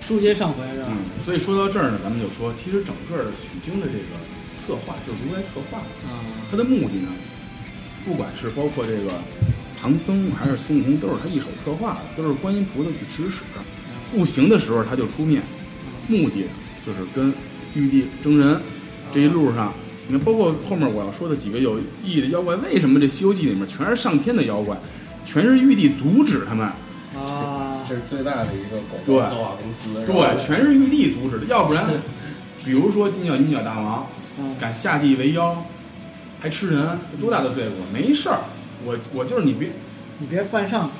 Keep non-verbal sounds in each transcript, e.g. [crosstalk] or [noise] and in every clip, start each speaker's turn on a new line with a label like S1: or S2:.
S1: 书接上回是吧？
S2: 嗯，所以说到这儿呢，咱们就说，其实整个的取经的这个策划就是如来策划的，
S1: 啊，
S2: 它的目的呢，不管是包括这个唐僧还是孙悟空，都是他一手策划的，都是观音菩萨去指使。不行的时候他就出面，目的就是跟玉帝争人。这一路上，你看，包括后面我要说的几个有意义的妖怪，为什么这《西游记》里面全是上天的妖怪，全是玉帝阻止他们？
S1: 啊，
S3: 这是最大的一个广
S2: 对
S3: 告策划公司，是吧
S2: 对，全是玉帝阻止的，要不然，比如说金角银角大王
S1: 嗯
S2: 敢下地为妖，还吃人，多大的罪过？没事儿，我我就是你别
S1: 你别犯上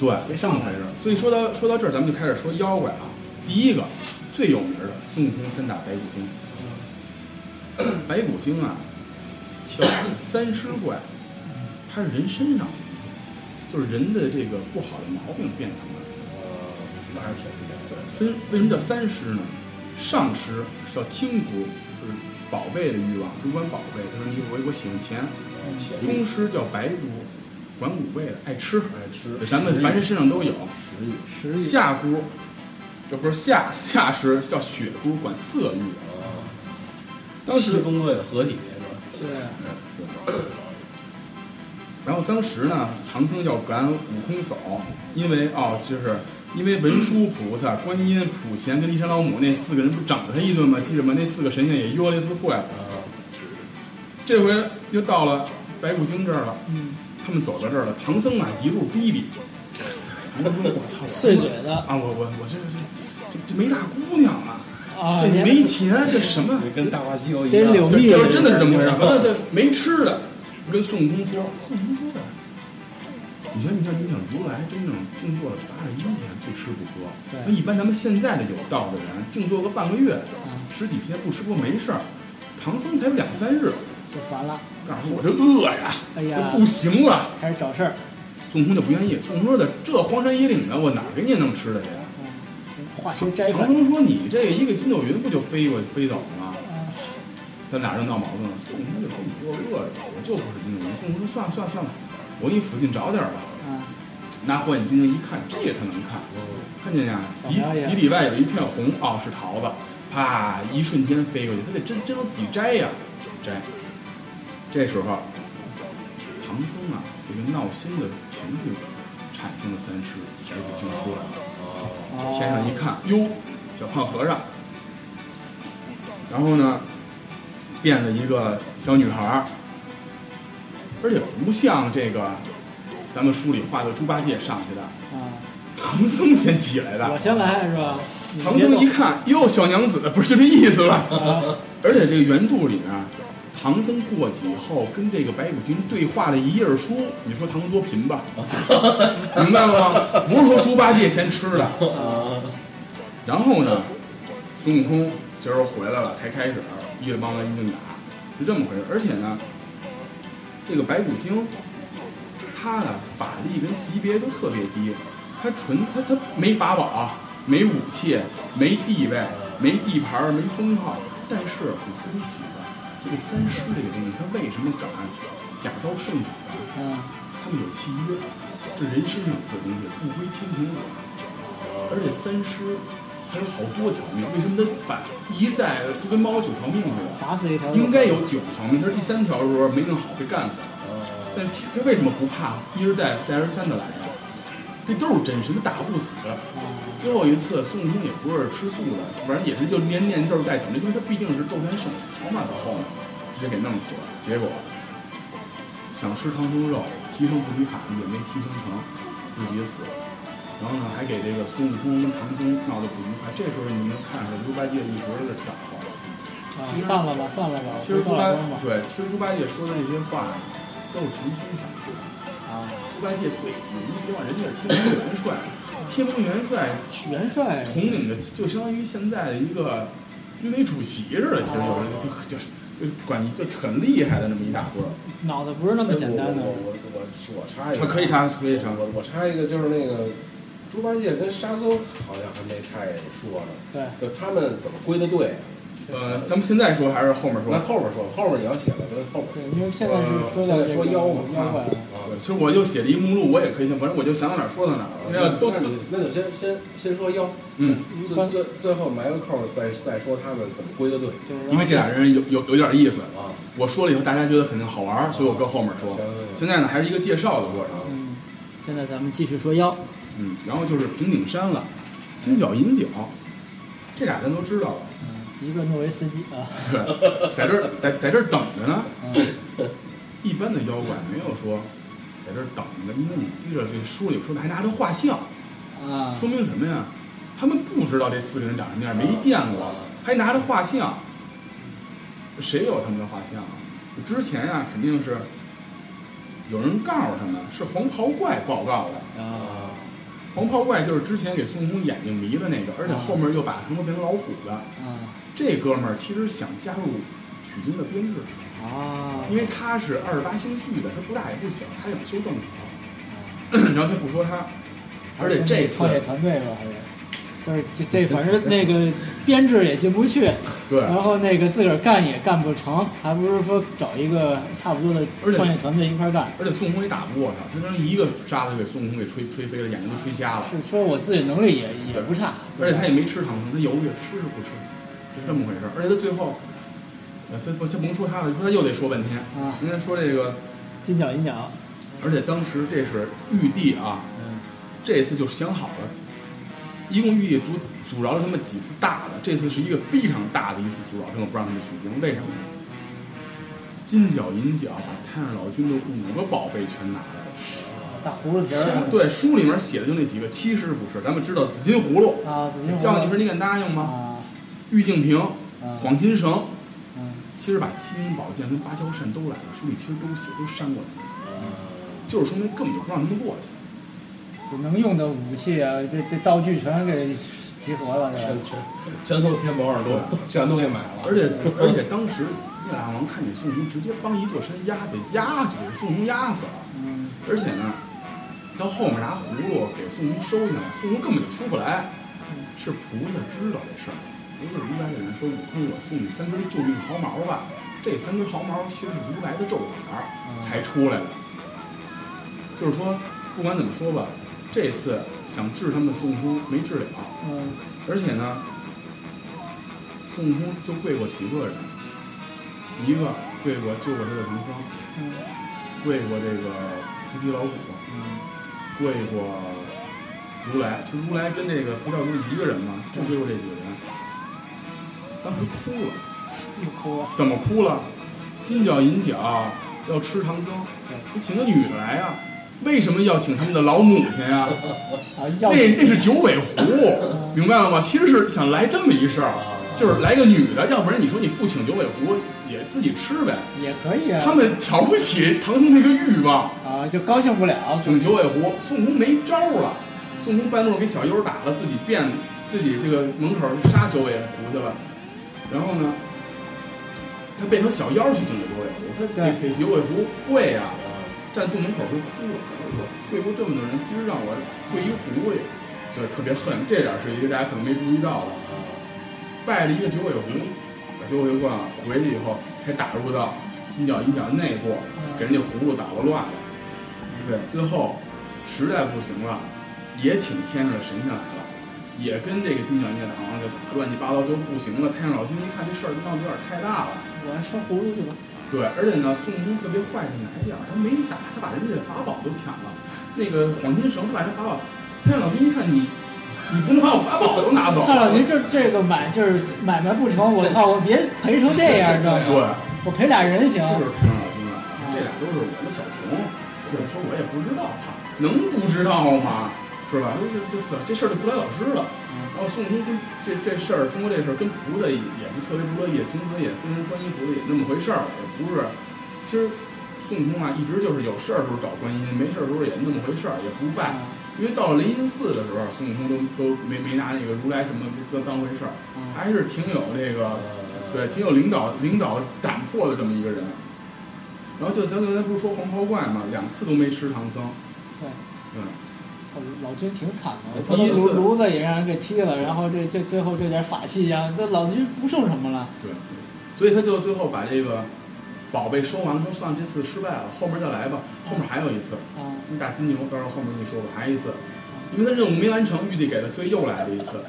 S2: 对别上么回事儿。所以说到说到这儿，咱们就开始说妖怪啊。第一个最有名的孙悟空三打白骨精， [clears throat] 白骨精啊，瞧三尸怪，它是人身上，就是人的这个不好的毛病变成的。
S3: 呃，那还挺厉害的。
S2: 分为什么叫三尸呢？上尸是叫轻骨，就是宝贝的欲望，主管宝贝。他说你我我喜欢钱。
S3: 呃钱
S2: 中尸叫白骨，管五味的，爱吃。
S3: 爱吃，
S2: 咱们凡人身上都有。
S3: 哎食欲
S1: 食欲。
S2: 下姑，这不是下下尸叫血姑，管色欲。
S3: 啊，
S2: 当时
S3: 七宗罪的合体是吧？
S1: 对，
S2: 然后当时呢，唐僧要赶悟空走，因为哦，就是因为文殊菩萨、观音、普贤跟骊山老母那四个人不整了他一顿吗？记着吗？那四个神仙也约了一次会。
S3: 啊，
S2: 这回又到了白骨精这儿了，
S1: 嗯，
S2: 他们走到这儿了，唐僧啊一路逼逼，唐僧说：“我操，我
S1: 碎嘴的
S2: 啊，我我我这这这这没大姑娘啊，
S1: 啊，
S2: 这
S1: 别
S2: 没钱，这什么？
S3: 跟《大话西游》一
S1: 得
S3: 样，
S1: 柳
S2: 这
S1: 密
S2: 这真的是这么回事儿？完了，这没吃的，跟孙悟空说，孙悟空说的。”你说，你说，你想如来真正静坐了八十一天，不吃不喝。
S1: 对
S2: 那一般咱们现在的有道的人，静坐个半个月、
S1: 嗯
S2: 十几天不吃不喝没事儿。唐僧才两三日，
S1: 就烦了，
S2: 告诉我这饿呀，
S1: 哎呀
S2: 这不行了。
S1: 开始找事儿。
S2: 孙悟空就不愿意，孙悟空说的这荒山野岭的，我哪儿给你弄吃的去呀？
S1: 嗯，化学摘
S2: 唐
S1: 粉。
S2: 僧说你这一个筋斗云不就飞过去飞走了吗？
S1: 啊
S2: 咱俩就闹矛盾了。孙悟空就说你给我饿着吧，我就不是筋斗云。孙悟空说算了算了算了，我给你附近找点儿吧。
S1: 啊，
S2: 拿火眼金睛一看，这个他能看，看见呀，
S1: 嗯扫
S2: 几
S1: 描一下
S2: 几里外有一片红，哦是桃子，啪一瞬间飞过去，他得真真能自己摘呀，摘。这时候，唐僧啊，这个闹心的情绪产生了三尸，哎白骨精出来了。啊
S1: 哦
S2: 天上一看，哟，小胖和尚。然后呢，变了一个小女孩儿，而且不像这个咱们书里画的猪八戒上去的，
S1: 啊，
S2: 唐僧先起来
S1: 我
S2: 的。
S1: 先来是吧？你
S2: 唐
S1: 别
S2: 僧
S1: 动
S2: 一看，哟，小娘子，不是这意思吧？
S1: 啊，
S2: 而且这个原著里面，啊唐僧过去以后跟这个白骨精对话了一页书，你说唐僧多贫吧？明白了吗？不是说猪八戒先吃的。然后呢，孙悟空这时候回来了，才开始一帮人一顿打，是这么回事。而且呢，这个白骨精，他的法力跟级别都特别低，他纯他他没法宝，没武器，没地位，没地盘儿，没封号。但是我说你喜欢这个三尸这个东西，他为什么敢假造圣旨啊？
S1: 啊，
S2: 他们有契约，这人身上这东西不归天平管。而且三尸还有好多条命，为什么他反一再就跟猫九条命似的？
S1: 打死一条。
S2: 应该有九条命，他是第三条的时候没弄好被干死了。但是其他为什么不怕一而再再而三的来啊？这都是真神，他打不死。
S1: 啊，
S2: 最后一次孙悟空也不是吃素的，反正也是就连念咒带想着，因为他毕竟是斗战胜佛嘛，到后面直接给弄死了。结果想吃唐僧肉，提升自己法力也没提升成，自己死了。然后呢，还给这个孙悟空跟唐僧闹得不愉快。这时候你们看出来，猪八戒一直在挑唆。
S1: 啊
S2: 其实
S1: 散了吧，散了吧，
S2: 其实
S1: 不
S2: 猪
S1: 到
S2: 八
S1: 了光吧。
S2: 对，其实猪八戒说的那些话，都是唐僧想说的。
S1: 啊，
S2: 猪八戒最急，你别忘人家是天蓬元帅，
S1: [laughs]
S2: 天蓬元帅
S1: 元帅
S2: 统领着，就相当于现在的一个军委主席似的。其实有人就就是就是管就很厉害的那么一大波儿。
S1: 脑子不是那么简单的
S3: 我。我我我我插一
S2: 他
S3: 个，
S2: 可以查，可以查。
S3: 我我插一个，就是那个猪八戒跟沙僧好像还没太说呢，
S1: 对，
S3: 就他们怎么归的队？
S2: 呃，咱们现在说还是后面说
S3: 咱？后边说，后边你要写了，咱后边
S1: 对，因为现在是说
S3: 现
S1: 到
S2: 呃
S3: 在
S1: 这
S3: 说
S1: 个
S3: 妖嘛
S1: 妖怪了。
S3: 啊
S2: 对，其实我就写了一目录，我也可以先，反正我就想到哪儿说到哪儿。那都
S3: 那你那就先先先说妖，
S2: 嗯，
S3: 最最最后埋个扣儿，再再说他们怎么归的队
S1: 就是
S2: 因为这俩人有有有点意思，
S3: 啊。
S2: 我说了以后大家觉得肯定好玩儿，所以我搁后面说
S3: 哦行。
S2: 现在呢，还是一个介绍的过程。
S1: 嗯，现在咱们继续说妖，
S2: 嗯，然后就是平顶山了，金角银角，这俩咱都知道了。 [laughs]
S1: 嗯，一个诺维斯基啊，
S2: 对，在这儿在在这儿等着呢。
S1: 嗯，
S2: 一般的妖怪没有说在这儿等着，因为你记着这书里说的还拿着画像，
S1: 啊，
S2: 说明什么呀？他们不知道这四个人长什么样，没见过，还拿着画像，谁有他们的画像啊？之前呀、肯定是有人告诉他们，是黄袍怪报告的。
S1: 啊，
S2: 黄袍怪就是之前给孙悟空眼睛迷的那个，而且后面又把什么变成老虎的。
S1: 啊，
S2: 这哥们儿其实想加入取经的编制，
S1: 啊，
S2: 因为他是二十八星宿的，他不大也不小，他也不修正好。然后他不说他，而且这次
S1: 创业团队吧，还是。就是这这，反正那个编制也进不去，
S2: 对，
S1: 然后那个自个儿干也干不成，还不如说找一个差不多的
S2: 而且
S1: 创业团队一块儿干。
S2: 而且孙悟空也打不过他，他能一个沙子给孙悟空给吹吹飞了，眼睛都吹瞎了。
S1: 是说我自己能力也也
S2: 对
S1: 不差，
S2: 而且他
S1: 对
S2: 也没吃唐僧，他犹豫吃是不吃，是这么回事儿。而且他最后，呃，他不先甭说他了，说他又得说半天。
S1: 吧啊，
S2: 人家说这个，
S1: 金角银角，
S2: 而且当时这是玉帝啊，
S1: 嗯
S2: 这次就想好了，一共玉帝阻阻挠了他们几次大的，这次是一个非常大的一次阻挠，他们不让他们取经，为什么呢？金角银角把太上老君的五个宝贝全拿来了。
S1: 啊大葫芦皮儿，
S2: 对，书里面写的就那几个，其实不是。咱们知道紫金葫芦，
S1: 啊，紫金
S2: 叫你
S1: 葫
S2: 时你敢答
S1: 芦
S2: 应吗？
S1: 啊，
S2: 玉净瓶、
S1: 啊
S2: 黄金绳，
S1: 嗯
S2: 其实把七星宝剑跟芭蕉扇都来了，书里其实都写都删过他们，
S1: 啊
S2: 就是说明根本就不让他们过去。
S1: 就能用的武器啊，这这道具全给集合了，对吧
S3: 全？全全从天宝耳朵
S2: 对
S3: 全都给买了，
S2: 而且而且当时叶大王看见孙悟空，直接帮一座山压去，压就给孙悟空压死了。
S1: 嗯，
S2: 而且呢，到后面拿葫芦给孙悟空收进来，孙悟空根本就出不来。
S1: 嗯
S2: 是菩萨知道这事儿，菩萨如来的人说：“悟空，我送你三根救命毫毛吧。”这三根毫毛其实是如来的咒法
S1: 嗯
S2: 才出来的。就是说，不管怎么说吧，这次想治他们的孙悟空没治了，
S1: 嗯
S2: 而且呢，孙悟空就跪过几个人，一个跪过救过他的唐僧，
S1: 嗯
S2: 跪过这个菩提老祖，
S1: 嗯
S2: 跪过如来，其实如来跟这个菩提老祖是一个人嘛，就跪过这几个人。当时哭了，
S1: 又啊哭了，
S2: 怎么哭了？金角银角要吃唐僧，
S1: 对
S2: 你请个女的来呀、为什么要请他们的老母亲呀、
S1: 啊，要
S2: 那那是九尾狐，明白了吗？其实是想来这么一事儿，啊就是来个女的，要不然你说你不请九尾狐也自己吃呗。
S1: 也可以啊，
S2: 他们挑不起唐僧这个欲望，
S1: 啊就高兴不了，
S2: 请九尾狐，孙悟空没招儿了。孙悟空半路给小优打了，自己变自己这个门口杀九尾狐去了。然后呢，他变成小妖去请的九尾狐，他给给九尾狐跪呀、站洞门口都哭了，我跪过这么多人，今儿让我跪一狐狸，就是特别恨。这点是一个大家可能没注意到的，拜了一个九尾狐，把九尾狐啊回去以后，才打入到金角银角内部，给人家葫芦打了乱了。对，最后实在不行了，也请天上的神仙来了，也跟这个金角银角大王就打乱七八糟，就不行了。太上老君一看这事儿闹得有点太大了。
S1: 我收葫芦去吧，
S2: 对，而且呢，孙悟空特别坏是哪一点儿？他没打，他把人家的法宝都抢了，那个黄金绳，他把这法宝，太上老君一看你，你不能把我法宝都拿走。
S1: 操了，您这这个买就是买卖不成，我操，我别赔成这样，你知道
S2: 对，
S1: 吗？我赔俩人行
S2: 这，就是太上老君了，这俩都是我的小童。或者说我也不知道他，能不知道吗？是吧？这这这这事儿就不了了之了。
S1: 嗯
S2: 然后孙悟空跟这这事儿，通过这事儿跟菩萨也也不特别不乐意，从此也跟观音菩萨也那么回事儿了，也不是。其实孙悟空啊，一直就是有事儿的时候找观音，没事儿的时候也那么回事儿，也不拜。因为到了雷音寺的时候，孙悟空都都没没拿那个如来什么当当回事儿，
S1: 嗯
S2: 还是挺有这个
S3: 呃
S2: 对，挺有领导领导胆魄的这么一个人。然后就咱刚才不是说黄袍怪嘛，两次都没吃唐僧，
S1: 对。
S2: 嗯，
S1: 操，老君挺惨的，
S2: 第一
S1: 炉
S2: 次
S1: 炉子也让人给踢了，然后这这最后这点法器呀、这老君不剩什么了。
S2: 对，所以他就最后把这个宝贝收完了说算了，这次失败了，后面再来吧，后面还有一次，
S1: 啊，
S2: 你打金牛，到时候后面跟你说吧，还一次，因为他任务没完成，玉帝给他，所以又来了一次，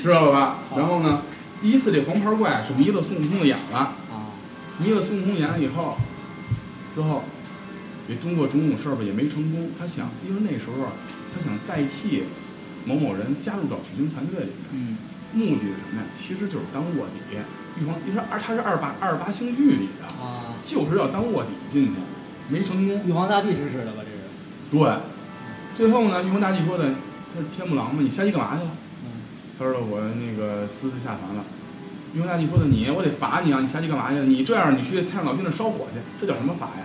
S2: 知道了吧？然后呢，第一次这黄袍怪是迷了孙悟空的眼了，
S1: 啊，
S2: 迷了孙悟空眼了以后，之后也通过种种事儿吧，也没成功。他想，因为那时候啊他想代替某某人加入到取经团队里面，
S1: 嗯，
S2: 目的是什么呀？其实就是当卧底。玉皇，他二他是二八二八星剧里的，
S1: 啊，
S2: 就是要当卧底进去，没成功。
S1: 玉皇大帝指使的吧？这是，
S2: 对，最后呢，玉皇大帝说的，他是天目狼嘛，你下去干嘛去了？
S1: 嗯，
S2: 他说我那个私自下凡了。玉皇大帝说的你，我得罚你啊！你下去干嘛去了？你这样，你去太上老君那儿烧火去，这叫什么法呀？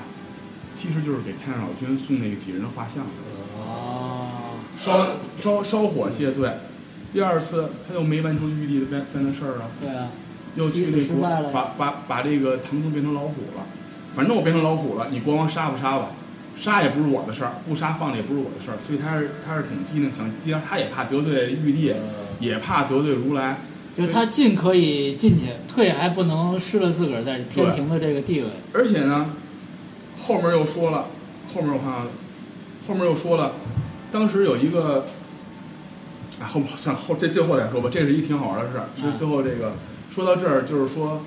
S2: 其实就是给太上老君送那个几人的画像去，
S1: 哦，
S2: 烧烧烧火谢罪。第二次他又没完成玉帝的干干的事儿啊，
S1: 对啊，
S2: 又去
S1: 第一
S2: 那
S1: 次
S2: 国
S1: 失败了
S2: 把把把这个唐僧变成老虎了。反正我变成老虎了，你国王杀不杀吧？杀也不是我的事儿，不杀放着也不是我的事儿，所以他是他是挺机灵，想接他也怕得罪玉帝，
S3: 呃
S1: 嗯
S2: 也怕得罪如来，
S1: 就是他进可以进去，退还不能失了自个儿在天庭的这个地位。
S2: 而且呢，后面又说了，后面我看啊，后面又说了，当时有一个，啊，后算了后这最后再说吧，这是一挺好玩的事儿。
S1: 嗯
S2: 是最后这个说到这儿，就是说，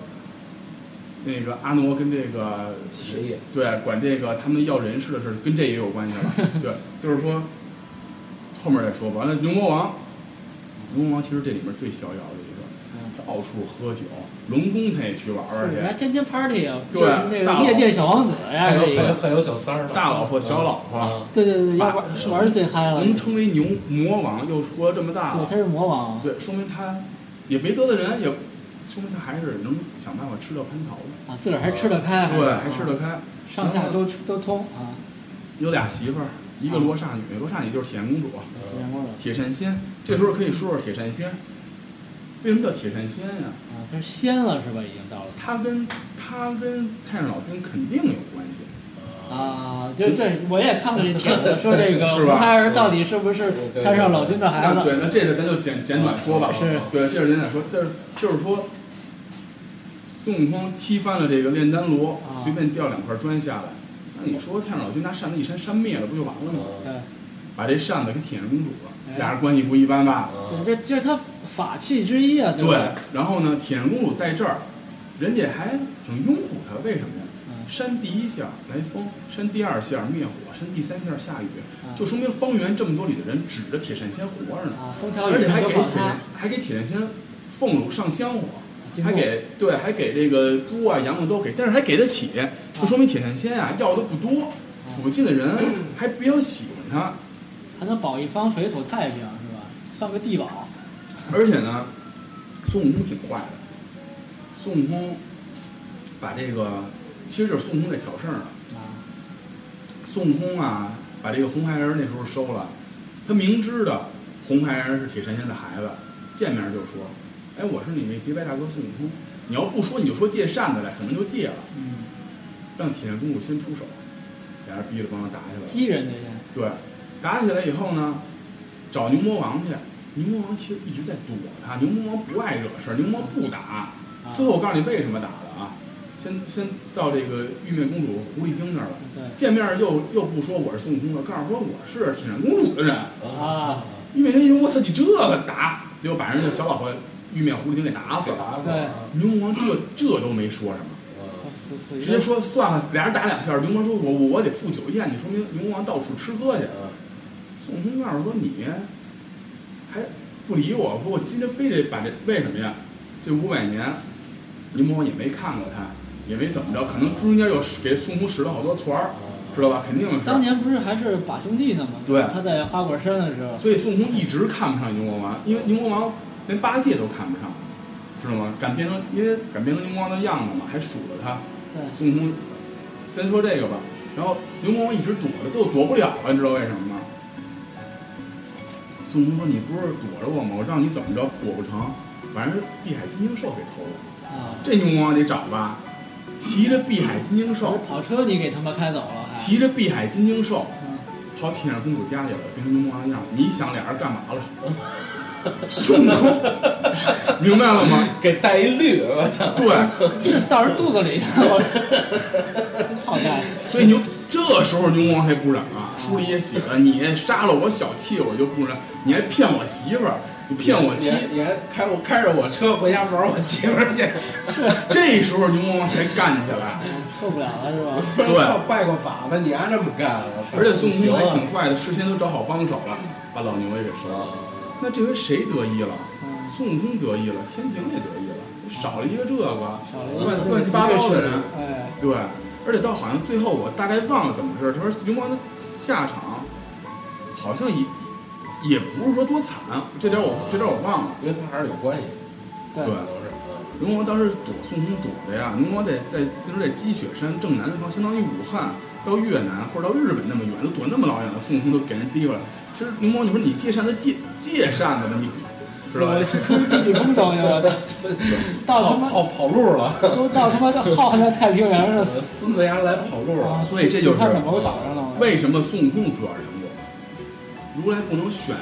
S2: 那个阿傩跟这个
S3: 企业
S2: 对管这个他们要人事的事儿，跟这也有关系了。对，就是说后面再说吧。完了，牛魔王，牛魔王其实这里面最逍遥的一个，
S1: 嗯，
S2: 到处喝酒，龙宫他也去玩玩
S1: 是
S2: 去
S1: 人。家天天 party 啊，
S2: 对
S1: 就是那
S2: 大
S1: 个
S2: 佬
S1: 夜店小王子呀，
S3: 还
S1: 这一
S3: 有还有
S1: 个，
S3: 还有小三儿呢，
S2: 大老婆、小老婆，
S3: 啊，
S1: 对对对，要
S2: 法
S1: 玩是玩的最嗨了，
S2: 能
S1: 对，
S2: 称为牛魔王，又活这么大
S1: 他
S2: 了，
S1: 是魔王，
S2: 对，说明他也没得罪人，也说明他还是能想办法吃到蟠桃的，
S1: 啊，自个儿还吃得开，
S2: 对，还吃
S1: 得
S2: 得开。
S1: 上下都都通啊，
S2: 有俩媳妇儿，一个罗刹女，罗刹女就是铁扇公主，
S1: 吉祥光了
S2: 铁扇仙。这时候可以说说铁扇仙，为什么叫铁扇仙呀？
S1: 啊，他是仙了是吧？已经到了
S2: 她跟她跟太上老君肯定有关系，
S1: 啊，就对我也看过这帖子，说这个
S2: [laughs] 是吧
S1: 红孩儿到底是不是太上老君的孩
S2: 那
S1: 子？
S2: 对，那这个咱就简简短说吧。
S1: 啊
S2: 啊
S1: 是
S2: 对，这是人家说，这是就是说，孙悟空踢翻了这个炼丹炉，
S1: 啊
S2: 随便掉两块砖下来，那你说太上老君拿扇子一扇扇灭了，不就完了吗？
S1: 对，
S2: 把这扇子给铁扇公主
S1: 啊
S2: 了，
S1: 哎啊
S2: 俩人关系不一般
S3: 啊
S2: 吧？
S1: 对，这这是他法器之一啊，
S2: 对
S1: 吧？，
S2: 然后呢，铁扇公主在这儿，人家还挺拥护她，为什么呀？
S1: 嗯
S2: 扇第一下来风，扇第二下灭火，扇第三下下雨，
S1: 啊
S2: 就说明方圆这么多里的人指着铁扇仙活着呢。
S1: 啊，风调雨
S2: 而且
S1: 顺
S2: 还
S1: 都
S2: 给
S1: 保
S2: 铁
S1: 他
S2: 人还给铁人仙俸禄上香火，
S1: 进
S2: 还
S1: 贡
S2: 给对还给这个猪啊羊啊都给，但是还给得起，
S1: 啊
S2: 就说明铁扇仙啊要的不多，附近的人 [coughs] 还比较喜欢他，
S1: 还能保一方水土太平是吧？算个地啊保
S2: 而且呢，孙悟空挺坏的，孙悟空把这个其实就是孙悟空在挑事儿呢，
S1: 啊，
S2: 孙悟空啊把这个红孩儿那时候收了，他明知道红孩儿是铁扇仙的孩子，见面就说，哎我是你那结拜大哥孙悟空。你要不说，你就说借扇子来，可能就借了。
S1: 嗯，
S2: 让铁扇公主先出手，俩人逼着帮他打起来了。
S1: 鸡人这些
S2: 对，打起来以后呢，找牛魔王去。牛魔王其实一直在躲他，牛魔王不爱惹事儿，牛魔王不打。
S1: 啊，
S2: 最后我告诉你为什么打的啊，先先到这个玉面公主狐狸精那儿了。
S1: 对
S2: 见面又又不说我是孙悟空的，告诉说我是铁扇公主的人。
S1: 啊，
S2: 玉面公主一听，我操，你这个打，结果把人家小老婆玉面狐狸精给打死了。
S3: 打死了，
S2: 牛魔王这这都没说什么。
S3: 嗯
S1: 死死一
S2: 直
S1: 个
S2: 接说算了，俩人打两下，牛魔说我我我得赴酒宴，你说明牛魔王到处吃喝去。孙悟空告诉说你还不理我，说我今天非得把这为什么呀？这五百年，牛魔王也没看过他，也没怎么着，可能中间又给孙悟空使了好多团儿，知道吧？肯定是。
S1: 当年不是还是把兄弟呢吗？
S2: 对
S1: 他在花果山的时候，
S2: 所以孙悟空一直看不上牛魔王，因为牛魔王连八戒都看不上，知道吗？敢变成因为敢变成牛魔王的样子嘛，还数着他。
S1: 对，
S2: 孙悟空，咱说这个吧。然后牛魔王一直躲着，最后躲不了了，你知道为什么吗？孙悟空说：“你不是躲着我吗？我让你怎么着躲不成，把人碧海金睛兽给偷了。
S1: 啊，
S2: 这牛魔王得找吧，骑着碧海金睛兽，
S1: 跑车你给他妈开走了
S2: [laughs]
S1: 还，
S2: 骑着碧海金睛兽
S1: 嗯
S2: 跑铁扇公主家去了，变成牛魔王的样子。你想俩人干嘛了？孙悟空，明白了吗？
S3: [laughs]
S4: 给带一绿，我操！
S2: 对，
S1: 是到人肚子里，然后 [laughs] 操蛋！
S2: 所以牛这时候牛王还不染啊，书里也写了，你杀了我小妾，我就不染，你还骗我媳妇儿，你骗我
S3: 你
S2: 妻
S3: 还，你还开我开着我车回家玩我媳妇儿去，
S2: 这时候牛王才干起来。
S1: 受不了了是吧？
S2: 对
S3: 我操，拜过把子，你还这么干，啊我操！
S2: 而且孙悟空还
S4: 行啊
S2: 挺坏的，事先都找好帮手了，把老牛也给杀了。
S1: 啊
S2: 那这回谁得意了？
S1: 嗯
S2: 孙悟空得意了，天庭也得意了，少了一个这个，
S1: 少了一
S2: 乱
S1: 个
S2: 乱七八糟的人。
S1: 哎，
S2: 对，而且到好像最后我大概忘了怎么回事，他说牛魔王的下场好像也也不是说多惨，这点我这点我忘了。
S3: 因为他还是有关系，
S1: 哦对
S2: 对
S3: 可能是。嗯
S2: 牛魔王当时躲孙悟空躲的呀，牛魔王在在就是在积雪山正南方，相当于武汉到越南或者到日本那么远，都躲那么老远了，孙悟空都给人提过来。其实牛魔王，你说你借扇子借借扇子吧，你不知道 [laughs] 吧
S1: 我？是哎出避风头去，我操！到他
S3: 跑
S1: 妈
S3: 跑跑路了， [laughs]
S1: 都到他妈的浩瀚的太平洋上
S2: [laughs]
S1: 死
S3: 孙子牙来跑路
S1: 啊
S3: 了，
S2: 所以这就
S1: 死
S2: 是
S1: 看着某个岛上了嘛。
S2: 为什么孙悟空是主要人物？如来不能选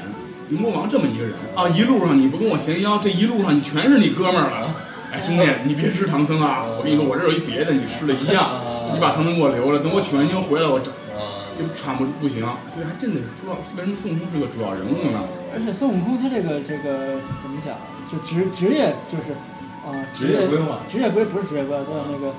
S2: 牛魔王这么一个人啊！一路上你不跟我闲邀，这一路上你全是你哥们儿了。哎，兄弟，你别吃唐僧啊！我跟你说，我这儿有一别的，你吃了一样，你把唐僧给我留了，等我取完经回来，我这
S4: 啊，
S2: 就喘不不行。对，还真得说，为什么孙悟空是个主要人物呢？
S1: 而且孙悟空他这个这个怎么讲？就职职业就是，啊，
S4: 职业规划
S1: 职业规不是职业规划，叫那个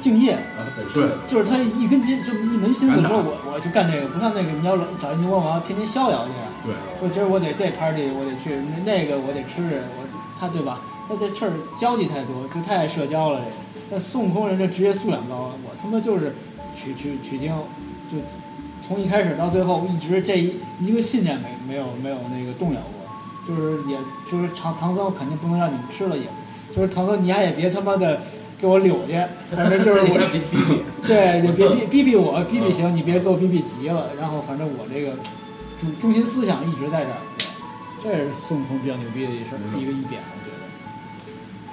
S1: 敬业。
S3: 啊，他本身
S2: 对，
S1: 就是他一根筋，这么一门心思
S2: 敢打
S1: 说我我就干这个，不像那个你要找一牛魔王天天逍遥去啊。
S2: 对，
S1: 说今儿我得这 party 我得去，那那个我得吃，我他对吧？他这事儿交际太多，就太爱社交了这个。但孙悟空人这职业素养高，啊，我他妈就是取取取经，就从一开始到最后一直这一一个信念没没有没有那个动摇过，就是也就是唐唐僧肯定不能让你们吃了也，就是唐僧你丫也别他妈的给我溜去，反正就是我对，也别逼
S2: [laughs]
S1: 逼逼我，逼逼行，你别给我逼逼急了。然后反正我这个主中心思想一直在这儿，对这也是孙悟空比较牛逼的一事儿
S2: 没错
S1: 一个一点，我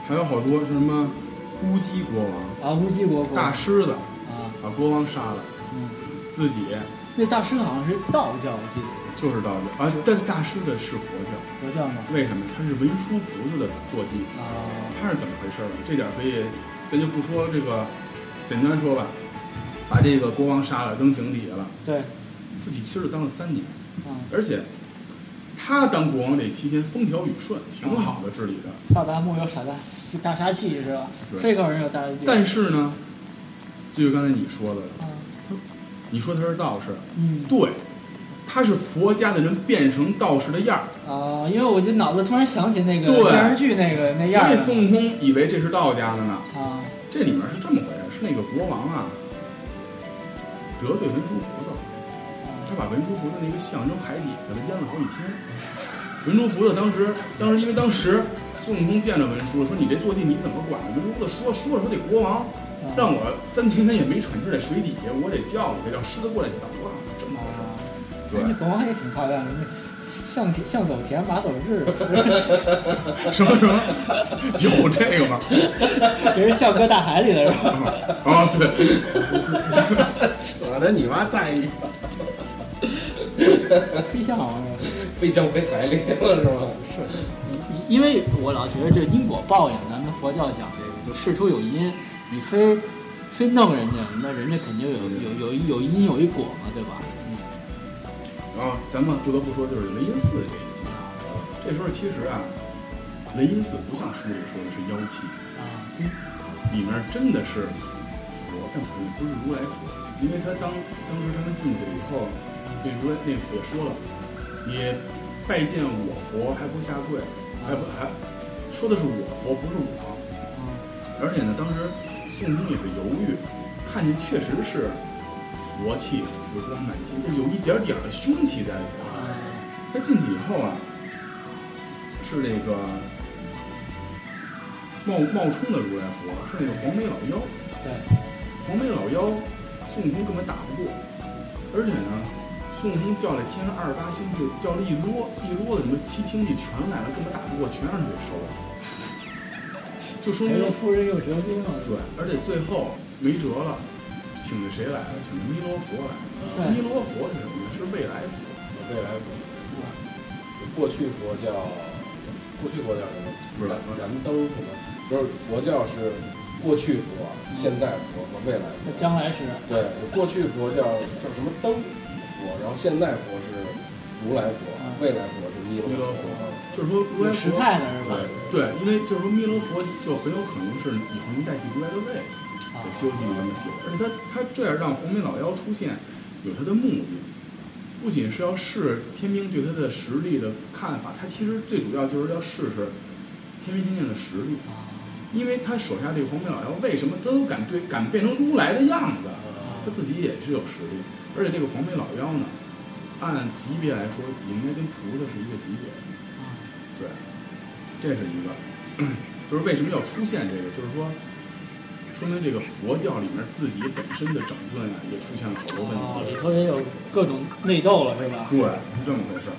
S2: 还有好多什么乌鸡国王、
S1: 觉得啊，乌鸡国国
S2: 大狮子
S1: 啊，
S2: 把国王杀了，
S1: 嗯，
S2: 自己
S1: 那大师好像是道教，我记得
S2: 就是到这啊，但是大狮子是佛教，
S1: 佛教嘛
S2: 为什么？他是文殊菩萨的坐骑。
S1: 啊，
S2: 它是怎么回事儿呢？这点儿可以，咱就不说这个，简单说吧，把这个国王杀了，扔井底下了，
S1: 对，
S2: 自己其实当了三年，
S1: 啊，
S2: 而且他当国王这期间风调雨顺，
S1: 嗯
S2: 挺好的治理的。
S1: 萨达姆有傻大大杀器是吧？
S2: 对
S1: 费高人有大杀器，
S2: 但是呢，这就刚才你说的，
S1: 啊，
S2: 你说他是道士，
S1: 嗯
S2: 对，他是佛家的人变成道士的样儿，
S1: 啊，因为我就脑子突然想起那个
S2: 对
S1: 电视剧那个那样
S2: 所
S1: 儿
S2: 以孙悟空以为这是道家的呢。
S1: 啊，
S2: 这里面是这么回事儿，是那个国王啊得罪文殊菩萨了。他把文殊菩萨那个像扔海底给他淹了好几天。文殊菩萨当时，当时因为当时孙悟空见着文殊说：“你这坐骑你怎么管？”文殊菩萨说说了说这国王
S1: 啊
S2: 让我三天三夜没喘气儿在水底下，我得叫你，得让狮子过来捣乱，这么回事儿。
S1: 啊。那
S2: 对，
S1: 国王也挺操蛋的，那向田向走田，马走日， [laughs]
S2: [laughs] 什么什么有这个吗？ [laughs]
S1: 别人笑搁大海里了是吧？
S2: 啊，对，
S3: [laughs]
S2: [laughs]
S3: 扯的你妈太远，
S1: 飞象啊王是吧？
S3: [laughs] 飞翔飞海里去了是吧？
S1: 是，因为我老觉得这因果报应，咱们佛教讲这个，就事出有因，你非非弄人家，那人家肯定有有有一有因有一果嘛，对吧？嗯
S2: 然后咱们不得不说就是雷音寺这一集，啊这时候其实啊，雷音寺不像书里说的是妖气，
S1: 啊，
S2: 里面真的是佛，但不是不是如来佛，因为他当当时他们进去了以后，那如来那佛说了，你拜见我佛还不下跪，还不还说的是我佛不是我，而且呢，当时宋公也是犹豫，看见确实是佛气紫光满天，就有一点点儿的凶气在里头。啊
S1: 哎
S2: 他进去以后啊，是那个冒冒充的如来佛，是那个黄眉老妖。
S1: 对，
S2: 黄眉老妖，孙悟空根本打不过，而且呢，孙悟空叫这天上二十八星宿，叫了一摞一摞的什么七星帝全来了，根本打不过，全让他给收了。就说
S1: 谁
S2: 明
S1: 说夫人又折兵了？
S2: 对，而且最后没辙了，请的谁来了？请的弥勒佛来了。弥
S1: 对，
S2: 勒佛是
S3: 啊
S2: 什么呢？是未来佛。
S3: 我未来佛，过去佛教，过去国家什么
S2: 不知道
S3: 燃灯什么，就是佛教是过去佛、现在佛和未来
S1: 那
S3: 佛。
S1: 将来是
S3: 对，过去佛叫叫什么灯佛，然后现代佛是如来
S1: 嗯
S3: 佛，未来佛是弥
S2: 弥勒
S3: 勒佛
S2: 佛。就是说如
S1: 有
S2: 来佛
S1: 时态的是吧？
S2: 对对，因为就是说弥勒佛就很有可能是以后能代替如来的位置，
S1: 啊
S2: 得修行这么修，而且他他这样让红眉老妖出现，有他的目的，不仅是要试天兵对他的实力的看法，他其实最主要就是要试试天兵天将的实
S1: 啊
S2: 力，因为他手下这个红眉老妖为什么他都敢对敢变成如来的样子，他自己也是有实力，而且这个黄眉老妖呢，按级别来说应该跟菩萨是一个级别的。对，这是一个，就是为什么要出现这个，就是说，说明这个佛教里面自己本身的整顿啊，也出现了好多问
S1: 哦，
S2: 题。
S1: 里头也有各种内斗了是吧？
S2: 对，是这么回事儿。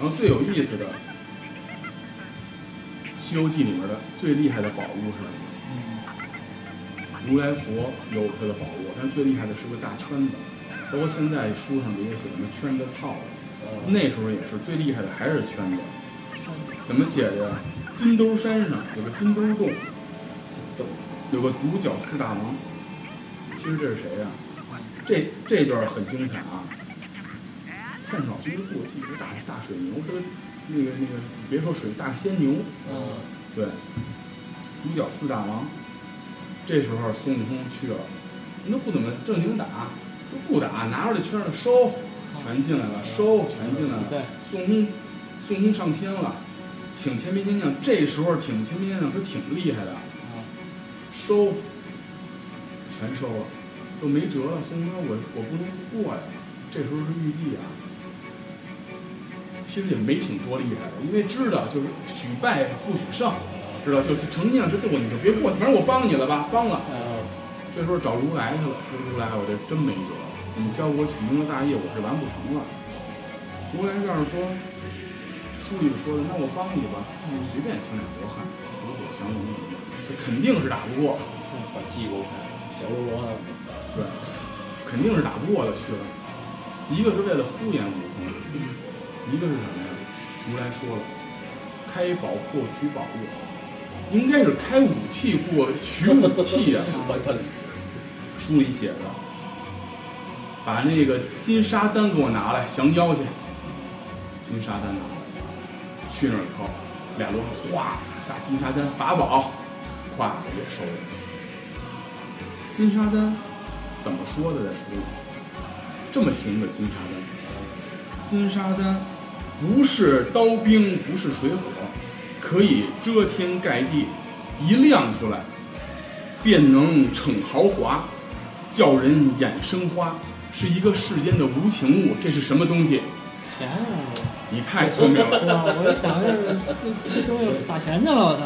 S2: 然后最有意思的，《西游记》里面的最厉害的宝物是什么？
S1: 嗯，
S2: 如来佛有它的宝物，但是最厉害的是个大圈子，包括现在书上不也写什么圈子套了？
S3: 嗯
S2: 那时候也是最厉害的还是圈子，怎么写的呀？金兜山上有个金兜洞，有个独角四大王。其实这是谁呀、这这段很精彩啊！探少君的坐骑是大大水牛，是个那个那个，别说水大仙牛，
S1: 哦
S3: 嗯
S2: 对，独角四大王。这时候孙悟空去了，那不怎么正经打，都不打，拿着这圈儿收，全进来了，收全进来了。
S1: 对，
S2: 孙悟空，孙悟空上天了，请天兵天将。这时候请天兵天将可挺厉害的，收，全收了，就没辙了。孙悟空，我我不能不过呀。这时候是玉帝啊，其实也没请多厉害的，因为知道就是许败不许胜，知道就是诚信上说，这我你就别过，反正我帮你了吧，帮了。
S1: 嗯，
S2: 这时候找如来去了，说如来，我这真没辙，你教我取经的大业，我是完不成了。如来这样说，书里说的，那我帮你吧，你随便请俩罗汉，合伙降龙什么的，这肯定是打不过，
S4: 把济公看，
S3: 降龙罗汉，
S2: 对，肯定是打不过的去了。一个是为了敷衍悟空，一个是什么呀？如来说了，开宝破取宝物，应该是开武器过取武器啊
S3: [laughs]
S2: 呀、
S3: 我操！
S2: 书里写的，把那个金沙丹给我拿来降妖去。金沙丹拿来，去那儿以后，俩罗汉哗撒金沙丹法宝，咵也收了。金沙丹怎么说的在书里？这么形容的金沙丹，金沙丹不是刀兵，不是水火，可以遮天盖地，一亮出来便能逞豪华，叫人眼生花，是一个世间的无情物。这是什么东西？
S1: 钱啊，
S2: 你太聪明
S1: 对吧？
S2: 了，
S1: 我就想着这这东西撒钱去了，我操！